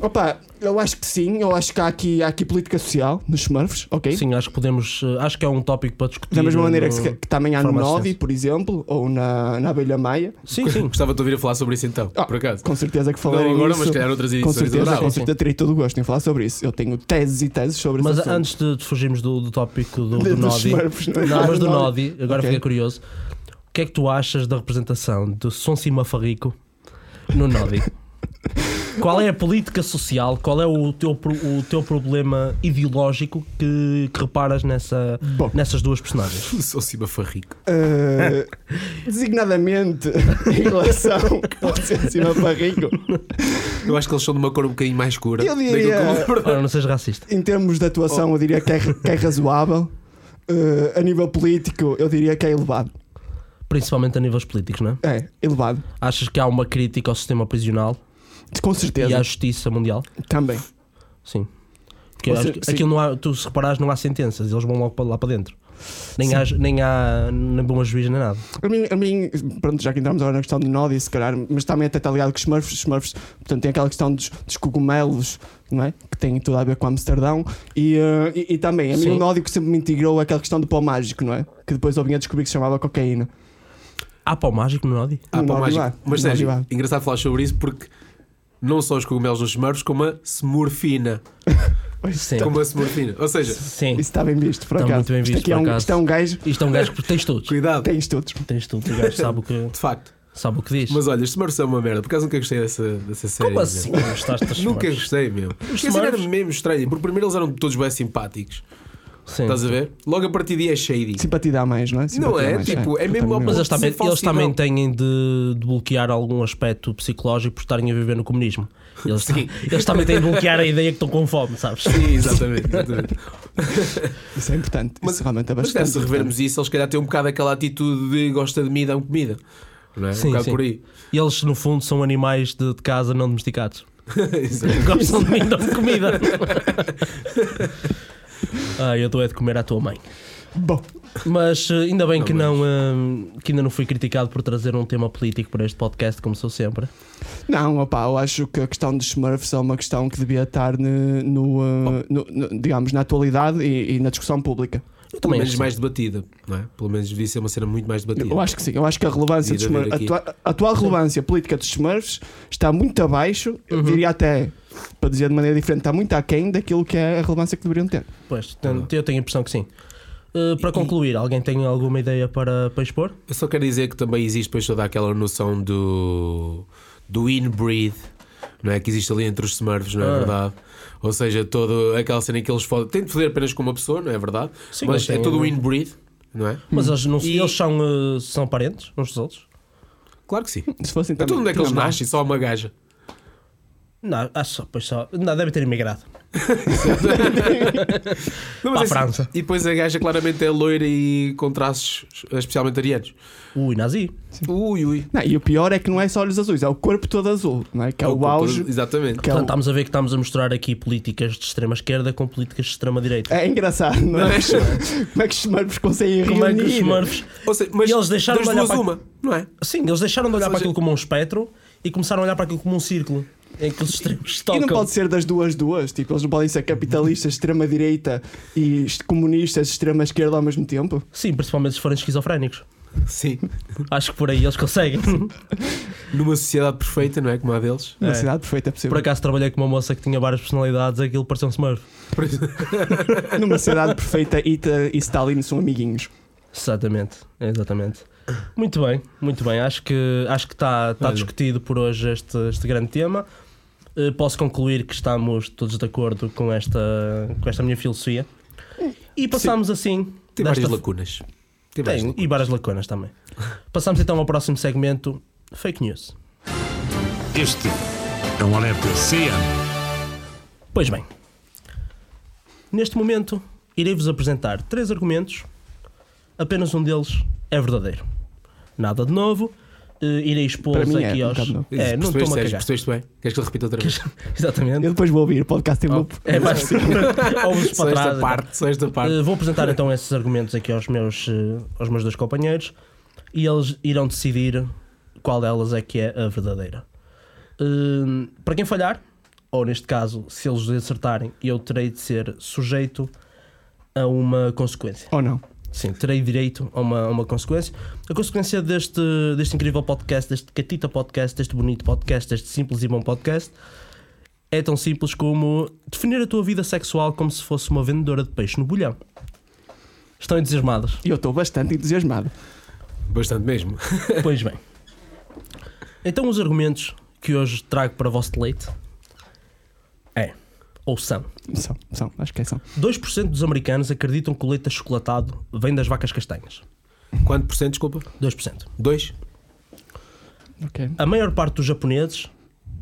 Speaker 4: Opa, eu acho que sim, eu acho que há aqui, há aqui política social nos Smurfs, ok?
Speaker 3: sim, acho que podemos. eh, Acho que é um tópico para discutir. eh,
Speaker 4: Da mesma maneira
Speaker 3: no-
Speaker 4: que, se- que também há no
Speaker 3: Forma de
Speaker 4: Novi,
Speaker 3: ciência.
Speaker 4: por exemplo, ou na, na Abelha Maia.
Speaker 3: Sim, sim.
Speaker 5: Gostava de ouvir a falar sobre isso então,
Speaker 4: Ah,
Speaker 5: por acaso.
Speaker 4: Com certeza que
Speaker 5: Não
Speaker 4: falarem
Speaker 5: agora, mas
Speaker 4: nisso.
Speaker 5: se calhar outras
Speaker 4: Com
Speaker 5: edições
Speaker 4: certeza, com
Speaker 5: adoráveis.
Speaker 4: certeza terei todo o gosto em falar sobre isso. Eu tenho teses e teses sobre
Speaker 3: Mas
Speaker 4: esse assunto.
Speaker 3: antes de, de fugirmos do, do tópico do,
Speaker 4: De-
Speaker 3: do
Speaker 4: dos
Speaker 3: Nodi,
Speaker 4: Smurfs, não é?
Speaker 3: não, mas do
Speaker 4: Do
Speaker 3: Nodi, agora
Speaker 4: Ok.
Speaker 3: fiquei curioso. O que é que tu achas da representação do Sonsi Mafarrico no Nodi? qual é a política social? Qual é o teu, pro- o teu problema ideológico que, que reparas nessa,
Speaker 4: Bom.
Speaker 3: nessas duas personagens?
Speaker 5: Sou Siba Farrico.
Speaker 4: Eh, designadamente em relação ao Cima Barrico,
Speaker 5: Eu acho que eles são de uma cor um bocadinho mais escura.
Speaker 4: Eu diria-
Speaker 5: daquilo que eu me lembro.
Speaker 3: Ora, não sejas racista.
Speaker 4: em termos de atuação, eu diria que é, que é razoável. Eh, a nível político, eu diria que é elevado.
Speaker 3: Principalmente a níveis políticos, não é?
Speaker 4: É, elevado.
Speaker 3: Achas que há uma crítica ao sistema prisional
Speaker 4: Com
Speaker 3: e
Speaker 4: certeza.
Speaker 3: à justiça mundial?
Speaker 4: Também.
Speaker 3: Sim. Porque
Speaker 4: Ou
Speaker 3: acho
Speaker 4: seja,
Speaker 3: que
Speaker 4: sim.
Speaker 3: aquilo não há, tu se reparares, não há sentenças, eles vão logo para lá para dentro. Nem há, nem há nem bom juiz nem nada.
Speaker 4: A mim, a mim, pronto, já que entramos agora na questão de Nodi, se calhar, mas também até está ligado com os Smurfs. Os Smurfs, portanto, tem aquela questão dos, dos cogumelos, não é? Que tem tudo a ver com Amsterdão. E, eh, e, e também, a mim,
Speaker 3: Sim.
Speaker 4: o Nodi que sempre me integrou é aquela questão do pó mágico, não é? Que depois eu vim a descobrir que se chamava cocaína.
Speaker 3: Há pau mágico no Nodi?
Speaker 5: Ah,
Speaker 4: Não
Speaker 5: pá,
Speaker 4: há
Speaker 5: mágico.
Speaker 4: rival.
Speaker 5: Mas
Speaker 3: um
Speaker 4: Não há
Speaker 5: Sérgio,
Speaker 4: rival.
Speaker 5: engraçado falar sobre isso porque não só os cogumelos dos smurfs, como a smurfina.
Speaker 3: Sim.
Speaker 5: Como a smurfina. Ou seja,
Speaker 3: Sim.
Speaker 4: Isso está bem visto, por
Speaker 3: Está
Speaker 4: acaso.
Speaker 3: muito bem visto,
Speaker 4: isto, aqui é
Speaker 3: por
Speaker 4: um,
Speaker 3: acaso.
Speaker 4: isto é um gajo
Speaker 3: Isto é um gajo que tens tudo.
Speaker 5: cuidado,
Speaker 4: tem estudos.
Speaker 3: Tens tudo. O gajo sabe o que,
Speaker 5: de facto.
Speaker 3: sabe o que diz.
Speaker 5: Mas olha, os smurfs são uma merda. Por acaso nunca gostei dessa, dessa série.
Speaker 3: Como
Speaker 5: meu.
Speaker 3: assim? não Gostaste das
Speaker 5: Nunca é
Speaker 3: Smurfs?
Speaker 5: gostei, meu. Porque assim era
Speaker 3: Smurfs?
Speaker 5: mesmo estranho. Porque primeiro eles eram todos bem simpáticos.
Speaker 3: Sim.
Speaker 5: Estás a ver? Logo a partir daí é shady.
Speaker 4: Simpatia dá mais, não é? Simpatia
Speaker 5: é?
Speaker 4: dá mais,
Speaker 5: Tipo, é mesmo
Speaker 4: Totalmente.
Speaker 5: uma-
Speaker 3: Mas eles também,
Speaker 5: Sem falsidade.
Speaker 3: eles também têm de, de bloquear algum aspecto psicológico por estarem a viver no comunismo. Eles,
Speaker 5: Sim.
Speaker 3: eles também têm de bloquear a ideia que estão com fome, sabes?
Speaker 5: Sim, exatamente. exatamente.
Speaker 4: Isso é importante. Isso realmente é
Speaker 5: Mas
Speaker 4: bastante.
Speaker 5: se revermos isso, eles se calhar têm um bocado aquela atitude de gosta de mim, dão comida. não é?
Speaker 3: Sim,
Speaker 5: um bocado
Speaker 3: sim.
Speaker 5: por aí.
Speaker 3: E eles, no fundo, são animais de, de casa não domesticados.
Speaker 5: Exato.
Speaker 3: Gostam de mim, dão de comida. ah, eu estou é de comer à tua mãe.
Speaker 4: Bom,
Speaker 3: Mas eh, ainda bem que, não, eh, que ainda não fui criticado por trazer um tema político para este podcast, como sou sempre.
Speaker 4: não, opá, eu acho que a questão dos Smurfs é uma questão que devia estar ne- no, uh, no- no- digamos, na atualidade e, e na discussão pública.
Speaker 5: Pelo
Speaker 3: Também
Speaker 5: menos
Speaker 3: acho.
Speaker 5: mais debatida, não é? Pelo menos devia ser uma cena muito mais debatida.
Speaker 4: Eu acho que sim, eu acho que a relevância dos
Speaker 5: Devia haver
Speaker 4: Smurfs, a atua- a atual relevância política dos Smurfs está muito abaixo, eu diria até, para dizer de maneira diferente, está muito aquém daquilo que é a relevância que deveriam ter.
Speaker 3: Pois, ten- eu tenho a impressão que sim. Eh, para concluir, alguém tem alguma ideia para, para expor?
Speaker 5: Eu só quero dizer que também existe depois toda aquela noção do, do inbreed, não é? Que existe ali entre os Smurfs, não é
Speaker 3: Ah.
Speaker 5: verdade? Ou seja, toda aquela cena em que eles fodem. Tem de foder apenas com uma pessoa, não é verdade?
Speaker 3: Sim,
Speaker 5: Mas
Speaker 3: mas
Speaker 5: é
Speaker 3: tem-
Speaker 5: todo o inbreed, não é?
Speaker 3: Mas eles, não,
Speaker 5: E-
Speaker 3: eles são, eh, são parentes uns dos outros?
Speaker 5: Claro que sim.
Speaker 4: Se fosse então.
Speaker 5: Então onde é que eles nascem? Só uma gaja.
Speaker 3: Não, acho só, pois só. Não, devem ter imigrado.
Speaker 5: Não,
Speaker 3: Para a
Speaker 5: assim-
Speaker 3: França.
Speaker 5: E depois a gaja claramente é loira e com traços especialmente arianos.
Speaker 3: Ui, nazi.
Speaker 5: Ui, ui.
Speaker 4: Não, e o pior é que não é só olhos azuis, é o corpo todo azul, não é? Que é o,
Speaker 5: corpo
Speaker 4: auge.
Speaker 5: todo- Exatamente.
Speaker 4: que é, o-
Speaker 3: Portanto, estamos a ver que estamos a mostrar aqui políticas de extrema esquerda com políticas de extrema direita.
Speaker 4: é engraçado, não é? Como é que os Smurfs conseguem reunir?
Speaker 3: Como é que os Smurfs.
Speaker 5: Ou seja, mas
Speaker 3: E eles deixaram
Speaker 5: das
Speaker 3: de olhar
Speaker 5: duas
Speaker 3: para-
Speaker 5: uma, não é?
Speaker 3: Sim, eles deixaram de olhar
Speaker 5: Ou
Speaker 3: para
Speaker 5: seja-
Speaker 3: aquilo como um espectro e começaram a olhar para aquilo como um círculo em que os extremos
Speaker 4: E
Speaker 3: tocam.
Speaker 4: não pode ser das duas duas, tipo, eles não podem ser capitalistas, extrema-direita e est- comunistas, extrema-esquerda ao mesmo tempo.
Speaker 3: Sim, principalmente se forem esquizofrénicos.
Speaker 5: Sim.
Speaker 3: Acho que por aí eles conseguem.
Speaker 5: Numa sociedade perfeita, não é? Como a deles.
Speaker 4: Uma
Speaker 3: É.
Speaker 4: cidade perfeita é possível.
Speaker 3: Por acaso trabalhei com uma moça que tinha várias personalidades, aquilo parecia um Smurf.
Speaker 4: Numa cidade perfeita, Ita e Stalin são amiguinhos.
Speaker 3: Exatamente, exatamente. Muito bem, muito bem. Acho que acho que está está
Speaker 5: Olha.
Speaker 3: discutido por hoje este, este grande tema. Eh, Posso concluir que estamos todos de acordo com esta, com esta minha filosofia.
Speaker 4: Hum.
Speaker 3: E passamos assim.
Speaker 5: Tem
Speaker 3: desta
Speaker 5: várias
Speaker 3: f-
Speaker 5: lacunas. Tem várias
Speaker 3: Tem,
Speaker 5: lacunas.
Speaker 3: e várias lacunas também. Passamos então ao próximo segmento: Fake News.
Speaker 6: Este é um alerta CM.
Speaker 3: Pois bem, neste momento irei-vos apresentar três argumentos, apenas um deles é verdadeiro. Nada de novo, eh, irei
Speaker 4: Para
Speaker 3: expô-los
Speaker 4: mim é
Speaker 3: aqui
Speaker 4: um
Speaker 3: aos.
Speaker 4: bocado novo.
Speaker 3: é, não
Speaker 5: Percebeste,
Speaker 3: estou a
Speaker 5: Sérgio?
Speaker 3: cagar.
Speaker 5: Percebeste bem? Queres que eu repita outra vez?
Speaker 4: Eu
Speaker 3: Exatamente.
Speaker 4: depois vou ouvir o podcast em loop.
Speaker 3: É mais. Ouve-os
Speaker 5: Só
Speaker 3: para
Speaker 5: esta
Speaker 3: trás.
Speaker 5: parte, só esta parte.
Speaker 3: Eh, vou apresentar então esses argumentos aqui aos meus, eh, aos meus dois companheiros e eles irão decidir qual delas é que é a verdadeira. Eh, para quem falhar, ou neste caso, se eles acertarem, eu terei de ser sujeito a uma consequência.
Speaker 4: Ou não?
Speaker 3: Sim, terei direito a uma, a uma consequência. A consequência deste, deste incrível podcast, deste catita podcast, deste bonito podcast, deste simples e bom podcast, é tão simples como definir a tua vida sexual como se fosse uma vendedora de peixe no bolhão. Estão entusiasmados?
Speaker 4: E eu estou bastante entusiasmado.
Speaker 5: Bastante mesmo.
Speaker 3: pois bem. Então os argumentos que hoje trago para o vosso deleite é, ou são,
Speaker 4: São, são, acho que é são.
Speaker 3: 2% dos americanos acreditam que o leite achocolatado vem das vacas castanhas.
Speaker 5: Quanto por cento, desculpa?
Speaker 3: 2%.
Speaker 5: Dois?
Speaker 4: Ok.
Speaker 3: A maior parte dos japoneses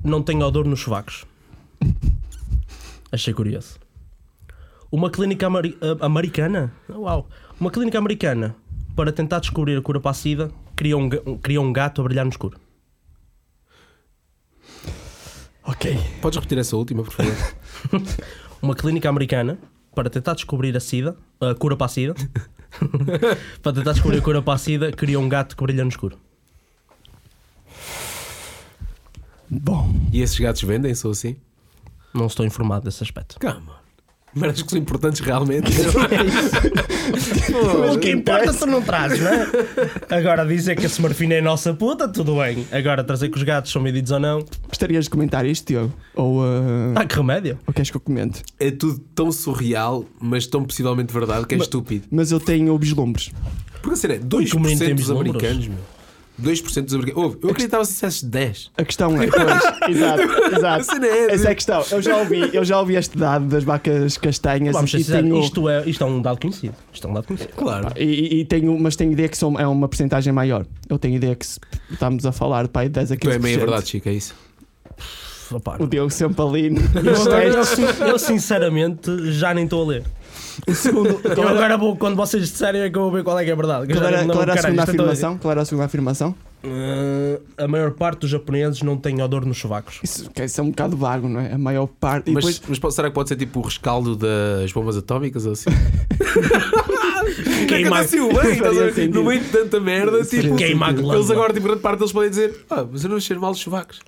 Speaker 3: não tem odor nos sovacos. Achei curioso. Uma clínica ameri- ah, americana? Uau! Uma clínica americana, para tentar descobrir a cura para a sida, criou um, ga- um- criou um gato a brilhar no escuro.
Speaker 4: Ok.
Speaker 5: Podes repetir essa última, por favor?
Speaker 3: Uma clínica americana, para tentar descobrir a sida, a cura para a sida, para tentar descobrir a cura para a sida, criou um gato que brilha no escuro.
Speaker 4: Bom.
Speaker 5: e esses gatos vendem, sou assim?
Speaker 3: Não estou informado desse aspecto.
Speaker 5: Calma. Merdas que são importantes realmente.
Speaker 4: É
Speaker 3: O que importa tu não trazes, não é? Agora dizer que a Smurfina é nossa puta, tudo bem. Agora trazer que os gatos são medidos ou não,
Speaker 4: Gostarias de comentar isto, Diogo? Ou, uh,
Speaker 3: ah, que remédio.
Speaker 4: ou queres que eu comente?
Speaker 5: é tudo tão surreal, mas tão possivelmente verdade que é estúpido.
Speaker 4: Mas eu tenho vislumbres.
Speaker 5: Porque a cena é
Speaker 3: como nem
Speaker 5: 2%
Speaker 3: temos
Speaker 5: dos
Speaker 3: números.
Speaker 5: americanos, meu. 2% dos americanos.
Speaker 4: É
Speaker 5: Ouve, eu acreditava que se dissesse 10.
Speaker 4: A questão é, pois, exato,
Speaker 3: Assim
Speaker 5: Essa
Speaker 4: exato.
Speaker 5: não é-
Speaker 4: Essa é a questão. Eu já ouvi, eu já ouvi este dado das vacas castanhas
Speaker 3: Vamos ser
Speaker 4: e,
Speaker 3: sinceros,
Speaker 4: tenho,
Speaker 3: isto, é, isto é um dado conhecido. Isto é um dado conhecido.
Speaker 5: Claro.
Speaker 4: e, e tenho, mas tenho ideia que são, é uma porcentagem maior. Eu tenho ideia que se- estamos a falar pá, aí 10 a 15%.
Speaker 5: Tu é meia verdade, Chico, é isso.
Speaker 3: Opa,
Speaker 4: O Diogo sempre ali.
Speaker 3: eu,
Speaker 4: nos
Speaker 3: agora- eu
Speaker 4: testes.
Speaker 3: sin- eu, sinceramente já nem estou a ler.
Speaker 4: O segundo-
Speaker 3: Eu
Speaker 4: Qual era,
Speaker 3: agora vou, quando vocês disserem, é que eu vou ver qual é que é verdade. que eu
Speaker 4: qual
Speaker 3: já
Speaker 4: era-
Speaker 3: nem me
Speaker 4: qual
Speaker 3: lembro,
Speaker 4: era a
Speaker 3: caralho,
Speaker 4: segunda
Speaker 3: isto é tão-
Speaker 4: afirmação? Qual era a segunda afirmação?
Speaker 3: eh, a maior parte dos japoneses não tem odor nos sovacos.
Speaker 4: Isso, que isso é um bocado vago, não é? A maior parte. E
Speaker 5: Mas,
Speaker 4: depois,
Speaker 5: mas pode- será que pode ser tipo o rescaldo das bombas atómicas ou assim?
Speaker 4: é
Speaker 5: Queima assim o bem, estás a
Speaker 4: Faria
Speaker 5: ver?
Speaker 4: sentido.
Speaker 5: no meio de tanta merda, tipo,
Speaker 3: Queima a
Speaker 5: eles
Speaker 3: glândula.
Speaker 5: agora, tipo, grande parte deles podem dizer: Ah, mas eu não cheiro mal os chuvacos.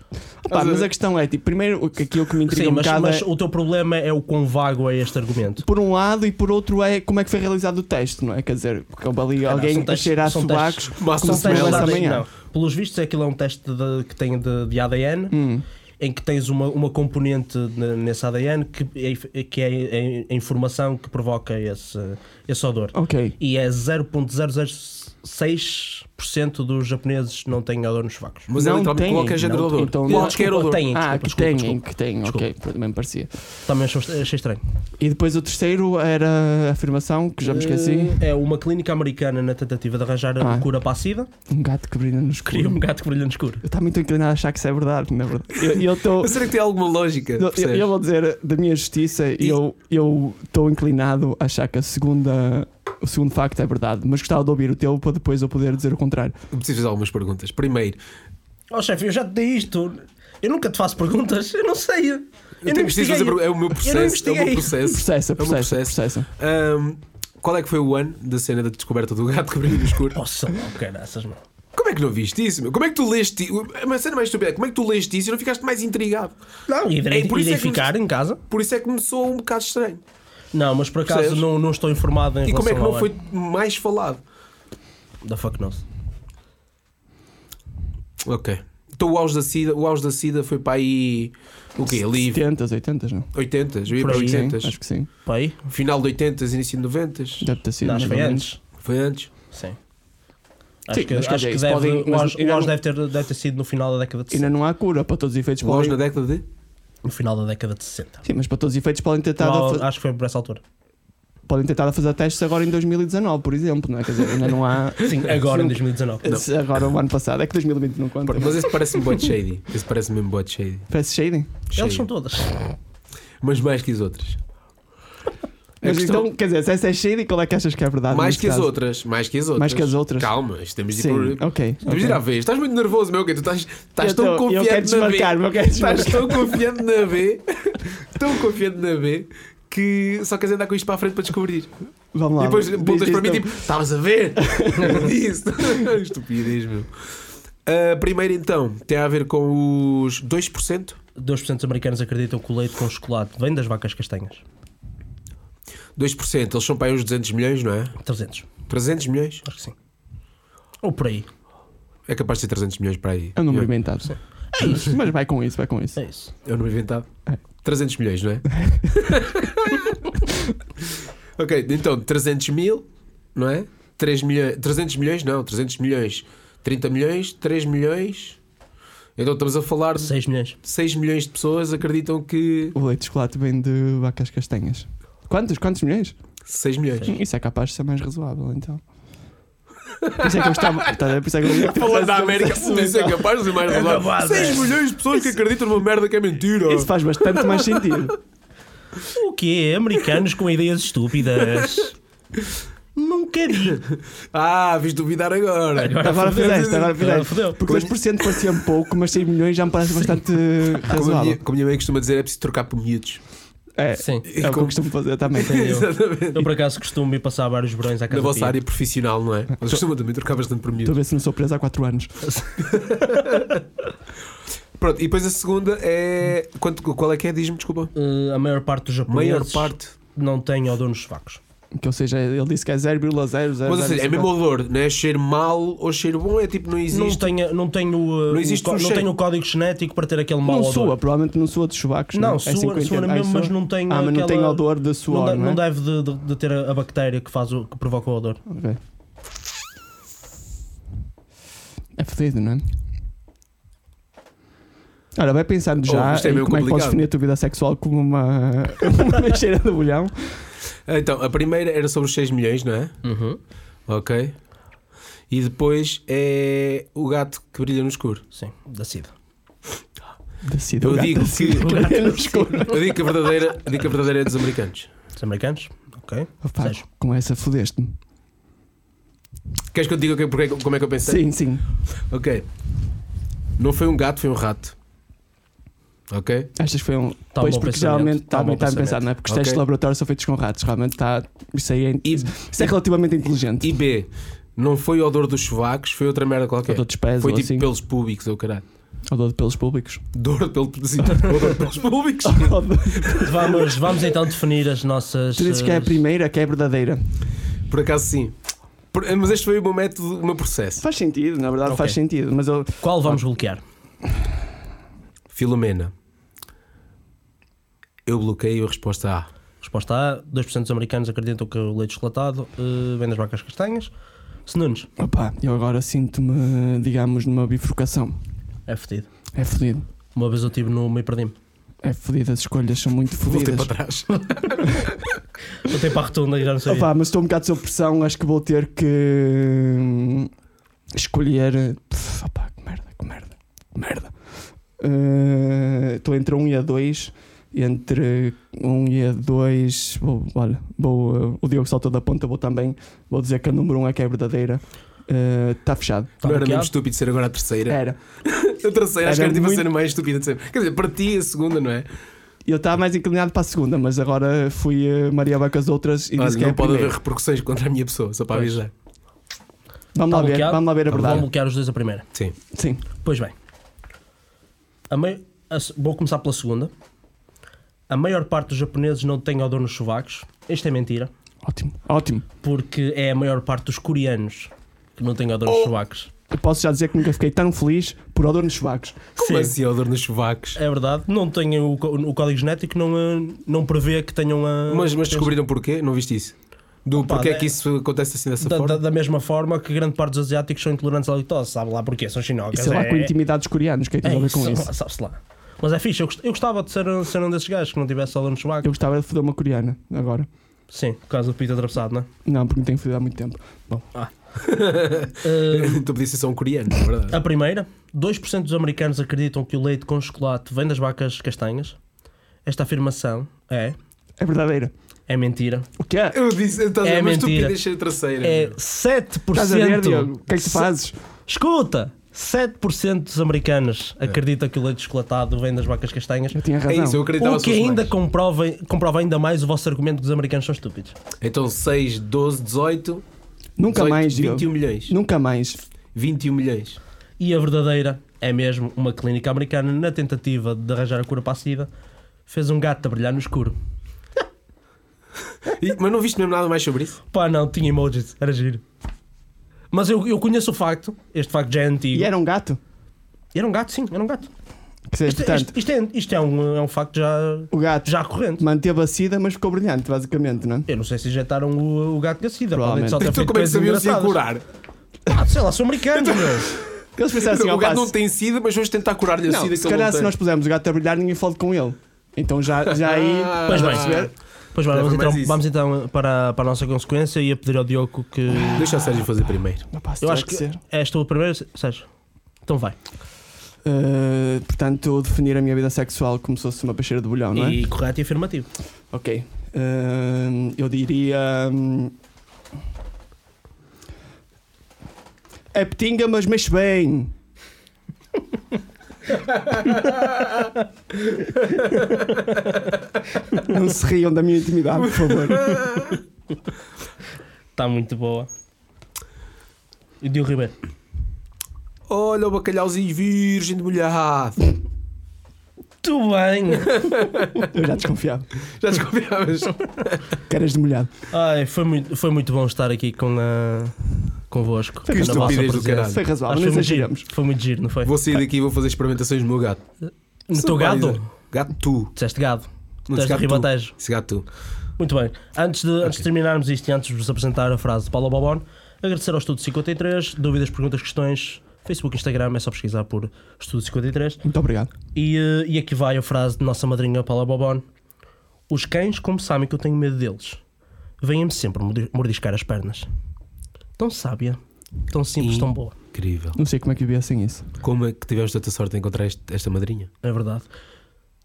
Speaker 4: Pá, mas a questão é, tipo, primeiro, o que- aquilo que me intriga
Speaker 3: Sim,
Speaker 4: um
Speaker 3: mas,
Speaker 4: bocado
Speaker 3: mas
Speaker 4: é,
Speaker 3: o teu problema é o quão vago é este argumento.
Speaker 4: por um lado, e por outro é como é que foi realizado o teste, não é? Quer dizer, porque houve ali
Speaker 3: não,
Speaker 4: alguém
Speaker 3: são
Speaker 4: a
Speaker 3: testes-
Speaker 4: cheirar
Speaker 3: são
Speaker 4: sovacos,
Speaker 5: Massa
Speaker 4: como
Speaker 5: de
Speaker 4: se não
Speaker 5: smell.
Speaker 4: houvesse amanhã.
Speaker 3: não. Pelos vistos, aquilo é um teste de- que tem de, de ADN,
Speaker 4: Hum.
Speaker 3: em que tens uma, uma componente ne- nesse ADN que é, que é a informação que provoca esse, esse odor.
Speaker 4: Ok.
Speaker 3: E é 0.006% dos japoneses não têm odor nos sovacos.
Speaker 5: Mas é
Speaker 4: Não
Speaker 5: literalmente
Speaker 4: tem,
Speaker 5: qualquer género de
Speaker 4: não-
Speaker 5: odor.
Speaker 4: então-
Speaker 5: qualquer
Speaker 3: Desculpa,
Speaker 5: odor.
Speaker 3: tem. Sim,
Speaker 4: Ah,
Speaker 3: desculpa,
Speaker 4: que tem,
Speaker 3: desculpa,
Speaker 4: que tem, ok, também me parecia.
Speaker 3: Também achou- achei estranho.
Speaker 4: E depois o terceiro era a afirmação, que já me esqueci,
Speaker 3: Eh, É uma clínica americana na tentativa de arranjar a
Speaker 4: Ah.
Speaker 3: cura para a SIDA.
Speaker 4: um gato que brilha no escuro.
Speaker 3: Cria um gato que brilha no escuro.
Speaker 4: Eu também estou inclinado a achar que isso é verdade, na verdade. Eu- Eu estou.
Speaker 5: Mas será que tem alguma lógica?
Speaker 4: Eu, eu-
Speaker 5: percebes?
Speaker 4: eu vou dizer, da minha justiça, eu eu estou inclinado a achar que a segunda, o segundo facto é verdade, mas gostava de ouvir o teu para depois eu poder dizer o contrário.
Speaker 5: Preciso fazer algumas perguntas. Primeiro,
Speaker 3: Oh chefe, eu já te dei isto. Eu nunca te faço perguntas, eu não sei. Eu,
Speaker 5: eu
Speaker 3: não
Speaker 5: tenho preciso
Speaker 3: investiguei.
Speaker 5: fazer perguntas. É o meu
Speaker 3: Eu não
Speaker 5: processo. É o meu
Speaker 3: investiguei.
Speaker 5: processo.
Speaker 4: Processa,
Speaker 5: É um
Speaker 4: processa,
Speaker 5: processo.
Speaker 4: processa.
Speaker 5: Ahm, qual é que foi o ano da cena da descoberta do gato que brilha no escuro?
Speaker 3: Nossa, não, caraças, mano.
Speaker 5: Como é que não viste isso? meu? Como é que tu leste? Uma cena mais estúpida, é, como é que tu leste isso e não ficaste mais intrigado?
Speaker 3: Não, e
Speaker 5: É, por isso é que
Speaker 3: ficar em casa?
Speaker 5: Por isso é que me soa um bocado estranho.
Speaker 3: Não, mas por acaso
Speaker 5: Percebes?
Speaker 3: não, não estou informado em
Speaker 5: E
Speaker 3: relação
Speaker 5: como é que
Speaker 3: ao
Speaker 5: não
Speaker 3: ano.
Speaker 5: foi mais falado?
Speaker 3: Da fuck knows.
Speaker 5: Ok. Então o auge da SIDA, o auge da SIDA foi para aí. O quê? Ali
Speaker 4: 70s, 80s, não?
Speaker 5: 80, eu ia
Speaker 3: Por
Speaker 5: para
Speaker 3: aí,
Speaker 5: 80.
Speaker 4: Acho que sim.
Speaker 3: Para aí?
Speaker 5: Final de 80, início de 90.
Speaker 4: Deve ter sido.
Speaker 3: Não, acho que foi
Speaker 4: mais
Speaker 5: um
Speaker 4: ou menos.
Speaker 3: antes.
Speaker 5: Foi antes.
Speaker 3: Sim. Acho que,
Speaker 4: mas quer
Speaker 3: acho
Speaker 4: dizer,
Speaker 3: que
Speaker 4: isso
Speaker 3: deve,
Speaker 4: podem-
Speaker 3: o
Speaker 4: mas
Speaker 3: auge,
Speaker 4: ainda
Speaker 3: o auge
Speaker 4: não-
Speaker 3: deve, ter, deve ter sido no final da década de
Speaker 4: Ainda
Speaker 3: 60.
Speaker 4: não há cura, para todos os efeitos
Speaker 5: O auge
Speaker 4: podem.
Speaker 5: na década de.
Speaker 3: No final da década de 60.
Speaker 4: Sim, mas para todos os efeitos podem
Speaker 5: Tá,
Speaker 4: tentar,
Speaker 3: Ou-
Speaker 4: a fa-
Speaker 3: Acho que foi por essa altura.
Speaker 4: podem tentar a fazer testes agora em 2019, por exemplo, não é? Quer dizer, ainda não há.
Speaker 3: Sim, agora em 2019.
Speaker 4: Se Agora o ano passado, é que 2020 não conta.
Speaker 5: Mas esse parece-me bot shady. Esse parece mesmo bot shady.
Speaker 4: Parece shading.
Speaker 3: Eles são
Speaker 5: Shady.
Speaker 3: todas.
Speaker 5: Mas mais que as outras. A
Speaker 4: Mas
Speaker 5: questão-
Speaker 4: então, quer dizer, se essa é shading, qual é que achas que é verdade?
Speaker 5: Mais
Speaker 4: neste
Speaker 5: que as
Speaker 4: caso?
Speaker 5: outras, mais que as outras.
Speaker 4: Mais que as outras.
Speaker 5: Calma, isto temos de ir
Speaker 4: Sim,
Speaker 5: por-
Speaker 4: ok.
Speaker 5: Temos de ir
Speaker 4: ok.
Speaker 5: à vez. Estás muito nervoso, meu, que tu estás, estás
Speaker 4: Eu
Speaker 5: tão
Speaker 4: tô- eu
Speaker 5: confiante
Speaker 4: quero
Speaker 5: na B.
Speaker 4: desmarcar, eu quero
Speaker 5: Estás tão confiante na B. tão confiante na B que só queres andar com isto para a frente para descobrir.
Speaker 4: Vamos lá.
Speaker 5: e depois
Speaker 4: diz-
Speaker 5: voltas
Speaker 4: diz
Speaker 5: para mim
Speaker 4: então.
Speaker 5: tipo, estavas a ver? Eu disse. Estupidez, meu. A primeira então tem a ver com os 2%.
Speaker 3: 2% dos americanos acreditam que o leite com chocolate vem das vacas castanhas.
Speaker 5: 2%, eles são para aí uns 200 milhões, não é?
Speaker 3: 300,
Speaker 5: 300 milhões?
Speaker 3: acho que sim. Ou por aí.
Speaker 5: É capaz de ser 300 milhões para aí.
Speaker 4: É um número inventado. Mas, mas vai com isso, vai com isso.
Speaker 3: É isso.
Speaker 5: É o número inventado? 300 milhões, não é? ok, então 300 mil, não é? 3 milhões, 300 milhões, não, 300 milhões, 30 milhões, 3 milhões. Então estamos a falar de
Speaker 3: 6 milhões.
Speaker 5: 6 milhões de pessoas acreditam que.
Speaker 4: O leite de chocolate vem de vacas castanhas. Quantos? Quantos milhões?
Speaker 5: 6 milhões.
Speaker 4: Hum, Isso é capaz de ser mais razoável, então. Por isso é que eu estava. tá a ver? Por isso é que eu
Speaker 5: Falando da América, isso é capaz de ser mais
Speaker 3: capaz,
Speaker 5: razoável.
Speaker 3: é.
Speaker 5: 6 milhões de pessoas que acreditam numa merda que é mentira.
Speaker 4: Isso faz bastante mais sentido.
Speaker 3: O quê? Americanos com ideias estúpidas. Nunca vi.
Speaker 5: Ah, viste duvidar agora.
Speaker 4: Agora fizeste, agora
Speaker 5: Tá
Speaker 3: Agora
Speaker 4: fizeste.
Speaker 3: fodeu.
Speaker 4: Porque 2% parecia um pouco, mas 6 milhões já me parece bastante
Speaker 5: Como a, minha,
Speaker 4: razoável.
Speaker 5: como a minha mãe costuma dizer, é preciso trocar por miúdos.
Speaker 4: É,
Speaker 3: Sim.
Speaker 4: é o que eu costumo fazer também.
Speaker 3: Eu,
Speaker 5: Exatamente.
Speaker 3: eu por acaso costumo ir passar vários verões à casa
Speaker 5: Na
Speaker 3: de
Speaker 5: vossa
Speaker 3: tia.
Speaker 5: área profissional, não é? Vocês costumam também trocar bastante por
Speaker 4: Estou a
Speaker 5: miúdos.
Speaker 4: ver se não sou preso há 4 anos.
Speaker 5: Pronto, e depois a segunda é. Quanto, qual é que é? Diz-me, desculpa.
Speaker 3: Eh, a maior parte dos japoneses
Speaker 5: Maior parte.
Speaker 3: não tem odor nos sovacos.
Speaker 4: Que ou seja, ele disse que é 0,00.
Speaker 5: Mas ou seja, é mesmo odor, não é? Cheiro mal ou cheiro bom, é tipo, não
Speaker 3: Não
Speaker 5: existe.
Speaker 3: tem, não tem o, eh,
Speaker 5: Não existe
Speaker 3: o có-
Speaker 5: um
Speaker 3: não
Speaker 5: cheiro.
Speaker 3: tem o código genético para ter aquele mau
Speaker 4: Não
Speaker 3: odor.
Speaker 4: sua, provavelmente não sua de chuvacos.
Speaker 3: Não,
Speaker 4: é
Speaker 3: sua-
Speaker 4: assim que eu
Speaker 3: sua
Speaker 4: entendo.
Speaker 3: na
Speaker 4: Ah,
Speaker 3: mesma,
Speaker 4: sua?
Speaker 3: mas não tem
Speaker 4: Ah, mas não
Speaker 3: aquela-
Speaker 4: tem odor de
Speaker 3: não,
Speaker 4: suor,
Speaker 3: de-
Speaker 4: não,
Speaker 3: não
Speaker 4: é?
Speaker 3: deve de, de- de ter a a bactéria que, faz o, que provoca o odor.
Speaker 4: Ok. É fodido, não é? Ora, vai pensando
Speaker 5: Oh,
Speaker 4: já
Speaker 5: isto é
Speaker 4: em
Speaker 5: meio
Speaker 4: como é que podes
Speaker 5: complicado.
Speaker 4: definir a tua vida sexual como uma, uma cheira de bolhão.
Speaker 5: Então, a primeira era sobre os 6 milhões, não é? Ok. E depois é o gato que brilha no escuro.
Speaker 3: Sim, da sida.
Speaker 4: Da sida, o
Speaker 5: Eu
Speaker 4: gato
Speaker 5: digo
Speaker 4: da sida,
Speaker 5: que-
Speaker 4: o gato no escuro.
Speaker 5: Eu digo que a verdadeira, eu digo que a verdadeira é dos americanos.
Speaker 3: Os americanos? Ok.
Speaker 4: Opa,
Speaker 3: Seis.
Speaker 4: com essa fodeste-me.
Speaker 5: Queres que eu te diga o que- porque- como é que eu pensei?
Speaker 4: Sim, sim.
Speaker 5: Ok. Não foi um gato, foi um rato. Ok?
Speaker 4: Achas que foi um.
Speaker 3: Tá
Speaker 4: pois,
Speaker 3: bom
Speaker 4: porque
Speaker 3: pensamento,
Speaker 4: geralmente
Speaker 3: tá
Speaker 4: está
Speaker 3: bom
Speaker 4: bem tá bem
Speaker 3: pensamento.
Speaker 4: pensado, não é? Porque os
Speaker 5: Ok.
Speaker 4: testes de laboratório são feitos com ratos, realmente está. Isso aí é,
Speaker 5: E,
Speaker 4: isso é relativamente inteligente.
Speaker 5: e B, não foi o odor dos chuvacos, foi outra merda qualquer.
Speaker 4: Ou dor dos pés,
Speaker 5: Foi
Speaker 4: ou
Speaker 5: tipo
Speaker 4: assim.
Speaker 5: pelos públicos, ou caralho.
Speaker 4: Ou dor de pelos públicos.
Speaker 5: Dor pelo, sim, odor pelos públicos.
Speaker 3: Vamos, vamos então definir as nossas.
Speaker 4: tu dizes que é a
Speaker 3: eh,
Speaker 4: primeira, que é a verdadeira.
Speaker 5: Por acaso sim. Por- mas este foi o meu método, o meu processo.
Speaker 4: Faz sentido, na verdade
Speaker 3: Ok.
Speaker 4: faz sentido, mas eu.
Speaker 3: Qual vamos bloquear?
Speaker 5: Filomena. Eu bloqueei a resposta A.
Speaker 3: Resposta A: 2% dos americanos acreditam que o leite chocolatado eh, vem das vacas castanhas. Se Nunes,
Speaker 4: Opa, eu agora sinto-me, digamos, numa bifurcação.
Speaker 3: é fodido.
Speaker 4: É fodido.
Speaker 3: Uma vez eu estive no meio perdi-me.
Speaker 4: É fodido, as escolhas são muito
Speaker 5: Voltei
Speaker 4: fodidas.
Speaker 5: para trás.
Speaker 3: Voltei para a rotunda e já não sabia.
Speaker 4: Opa, mas estou um bocado sob pressão, acho que vou ter que hum, escolher. Pff, Opa, que merda, que merda, que merda. Eh, Estou entre a 1 e a 2. Entre 1 e a 2, vou, olha, vou, eh, o Diogo saltou da ponta, vou também. Vou dizer que a número 1 é que é verdadeira. Está fechado.
Speaker 3: Tá
Speaker 5: não era
Speaker 3: bloqueado?
Speaker 5: mesmo estúpido ser agora a terceira.
Speaker 4: Era.
Speaker 5: A terceira, acho que
Speaker 4: Era
Speaker 5: era tipo
Speaker 4: muito-
Speaker 5: a cena mais estúpida de sempre. Quer dizer, para ti a segunda, não é?
Speaker 4: Eu estava mais inclinado para a segunda, mas agora fui eh, Mariaba com as outras e
Speaker 5: Olha,
Speaker 4: disse que é
Speaker 5: não
Speaker 4: a
Speaker 5: pode haver
Speaker 4: primeira.
Speaker 5: repercussões contra a minha pessoa, só para
Speaker 3: Pois.
Speaker 5: avisar.
Speaker 4: Vamos
Speaker 3: Tá
Speaker 4: lá ver,
Speaker 3: bloqueado?
Speaker 4: vamos lá ver a
Speaker 5: Tá
Speaker 3: Então
Speaker 4: verdade.
Speaker 3: Vamos bloquear os dois a primeira.
Speaker 5: Sim.
Speaker 4: Sim.
Speaker 3: Pois bem. A mai- a se- Vou começar pela segunda. A maior parte dos japoneses não tem odor nos sovacos. Isto é mentira.
Speaker 4: Ótimo, ótimo.
Speaker 3: Porque é a maior parte dos coreanos que não têm odor nos sovacos.
Speaker 4: Eu posso já dizer que nunca fiquei tão feliz por odor nos chuvacos.
Speaker 5: Como
Speaker 3: Sim.
Speaker 5: assim a odor nos chuvacos?
Speaker 3: É verdade. Não têm o, có- o código genético, não, eh, não prevê que tenham eh, a.
Speaker 5: Mas, mas descobriram porquê? Não viste isso? Do
Speaker 3: Opa,
Speaker 5: porquê é
Speaker 3: da-
Speaker 5: que isso acontece assim dessa
Speaker 3: Da, da-
Speaker 5: forma?
Speaker 3: da mesma forma que grande parte dos asiáticos são intolerantes à lactose, sabe lá porquê? São
Speaker 4: E
Speaker 3: chinocas.
Speaker 4: sei lá
Speaker 3: é-
Speaker 4: com a intimidade dos coreanos, o que é que tem
Speaker 3: é
Speaker 4: a ver com
Speaker 3: isso,
Speaker 4: isso?
Speaker 3: Sabe-se lá. Mas é fixe, eu gost- eu gostava de ser, ser um desses gajos que não tivesse odor nos
Speaker 4: Eu
Speaker 3: sovacos.
Speaker 4: gostava de foder uma coreana agora.
Speaker 3: Sim, por causa do pito atravessado, não é?
Speaker 4: Não, porque não tenho fodido há muito tempo. Bom,
Speaker 3: Eh,
Speaker 5: Tu podias ser só um coreano, na verdade.
Speaker 3: A primeira, 2% dos americanos acreditam que o leite com chocolate vem das vacas castanhas. Esta afirmação é,
Speaker 4: é verdadeira.
Speaker 3: é mentira.
Speaker 4: O que é?
Speaker 5: Eu disse, estás
Speaker 3: É
Speaker 5: a mas tu
Speaker 3: mentira.
Speaker 5: podias ser a terceira.
Speaker 3: É
Speaker 5: meu.
Speaker 3: 7%.
Speaker 4: Estás a ver, Diogo? O que é que tu fazes?
Speaker 3: Escuta! 7% dos americanos acreditam que o leite chocolatado vem das vacas castanhas.
Speaker 4: Eu tinha razão.
Speaker 5: É isso, eu acreditava
Speaker 3: O que
Speaker 5: se fosse
Speaker 3: ainda
Speaker 5: mais.
Speaker 3: comprova, comprova ainda mais o vosso argumento que os americanos são estúpidos.
Speaker 5: Então 6, 12, 18,
Speaker 4: Nunca
Speaker 5: 18,
Speaker 4: mais,
Speaker 5: 21
Speaker 4: Diogo.
Speaker 5: milhões.
Speaker 4: Nunca mais.
Speaker 5: 21 milhões.
Speaker 3: E a verdadeira é mesmo uma clínica americana na tentativa de arranjar a cura para a sida fez um gato a brilhar no escuro.
Speaker 5: E- mas não viste mesmo nada mais sobre isso?
Speaker 3: Pá, não, tinha emojis, era giro. Mas eu, eu conheço o facto, este facto já é antigo.
Speaker 4: E era um gato?
Speaker 3: Era um gato, sim, era um gato.
Speaker 4: Quer dizer,
Speaker 3: Isto,
Speaker 4: portanto,
Speaker 3: isto- isto é, isto é um, é um facto já,
Speaker 4: o gato
Speaker 3: já corrente.
Speaker 4: manteve a sida, mas ficou brilhante, basicamente, não é?
Speaker 3: Eu não sei se injetaram o, o gato da sida, provavelmente só ter
Speaker 5: Então
Speaker 3: feito
Speaker 5: como é que
Speaker 3: coisas
Speaker 5: sabiam se ia
Speaker 3: engraçadas.
Speaker 5: curar? Então-
Speaker 3: Ah, sei lá, são americanos, meu.
Speaker 4: Eles pensaram assim,
Speaker 5: o
Speaker 4: ó, pá,
Speaker 5: gato não
Speaker 4: se-
Speaker 5: tem sida, mas vamos tentar curar-lhe assim a um
Speaker 4: não,
Speaker 5: sida que
Speaker 4: se
Speaker 5: ele não
Speaker 4: calhar se
Speaker 5: tem.
Speaker 4: nós pusermos o gato a brilhar, ninguém fala com ele. Então já, já aí.
Speaker 5: Ah,
Speaker 3: Pois
Speaker 4: estás a perceber?
Speaker 3: bem, pois bem
Speaker 5: Deve
Speaker 3: vamos,
Speaker 5: mais
Speaker 3: então,
Speaker 5: isso.
Speaker 3: vamos então para, para a nossa consequência e a pedir ao Diogo que.
Speaker 5: Deixa o Sérgio fazer primeiro.
Speaker 4: Não, pá, se
Speaker 3: Eu
Speaker 4: tiver
Speaker 3: acho que
Speaker 4: ser.
Speaker 3: esta é a primeira, Sérgio. Então vai.
Speaker 4: Uh, portanto, eu definir a minha vida sexual como se fosse uma peixeira de bolhão, não é?
Speaker 3: E correto e afirmativo.
Speaker 4: Ok. Uh, eu diria. hum, é petinga, mas mexe bem. Não se riam da minha intimidade, por favor.
Speaker 3: Está Tá muito boa. E o Diogo Ribeiro.
Speaker 5: Olha o bacalhauzinho virgem de molhado.
Speaker 3: Muito bem!
Speaker 4: Eu já desconfiava.
Speaker 5: Já desconfiavas?
Speaker 4: Caras de molhado.
Speaker 3: Ai, foi muito, foi muito bom estar aqui com a, convosco.
Speaker 4: Foi
Speaker 3: na
Speaker 4: estupidez
Speaker 3: vossa
Speaker 5: do
Speaker 3: presença.
Speaker 5: caralho.
Speaker 4: Foi razoável,
Speaker 3: Acho
Speaker 4: não
Speaker 3: que foi muito giro.
Speaker 4: exageramos.
Speaker 3: Foi muito giro, não foi?
Speaker 5: Vou sair daqui e vou fazer experimentações no meu gato.
Speaker 3: No teu gado?
Speaker 5: Gato tu.
Speaker 3: Disseste gado.
Speaker 5: Não,
Speaker 3: Disseste
Speaker 5: gato
Speaker 3: ribatejo.
Speaker 5: tu. Esse gato tu.
Speaker 3: Muito bem. Antes de, antes de terminarmos isto e antes de vos apresentar a frase de Paulo Bobon, agradecer ao Estudo 53. Dúvidas, perguntas, questões. Facebook, Instagram, é só pesquisar por Estudo 53.
Speaker 4: Muito obrigado.
Speaker 3: E, eh, e aqui vai a frase de nossa madrinha Paula Bobon: Os cães, como sabem que eu tenho medo deles, vêm-me sempre mordi- mordiscar as pernas. Tão sábia, tão simples, tão boa.
Speaker 5: Incrível.
Speaker 4: Não sei como é que vivia sem isso.
Speaker 5: Como é que tivemos tanta sorte em encontrar este- esta madrinha?
Speaker 3: É verdade.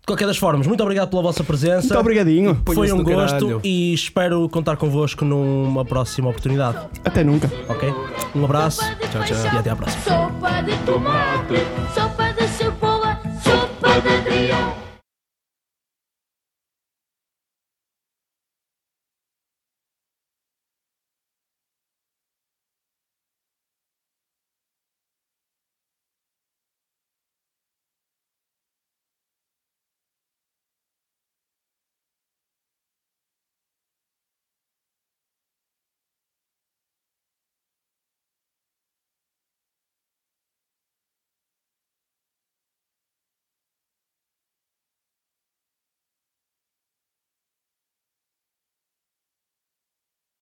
Speaker 3: De qualquer das formas, muito obrigado pela vossa presença.
Speaker 4: Muito obrigadinho.
Speaker 3: Foi
Speaker 5: Ponham-se
Speaker 3: um
Speaker 5: do
Speaker 3: gosto
Speaker 5: caralho.
Speaker 3: e espero contar convosco numa próxima oportunidade,
Speaker 4: Até nunca.
Speaker 3: ok? Um abraço
Speaker 1: Sopa de
Speaker 3: e
Speaker 1: feijão,
Speaker 3: até à próxima.
Speaker 1: Sopa de tomate, sopa de cebola, sopa de triângulo.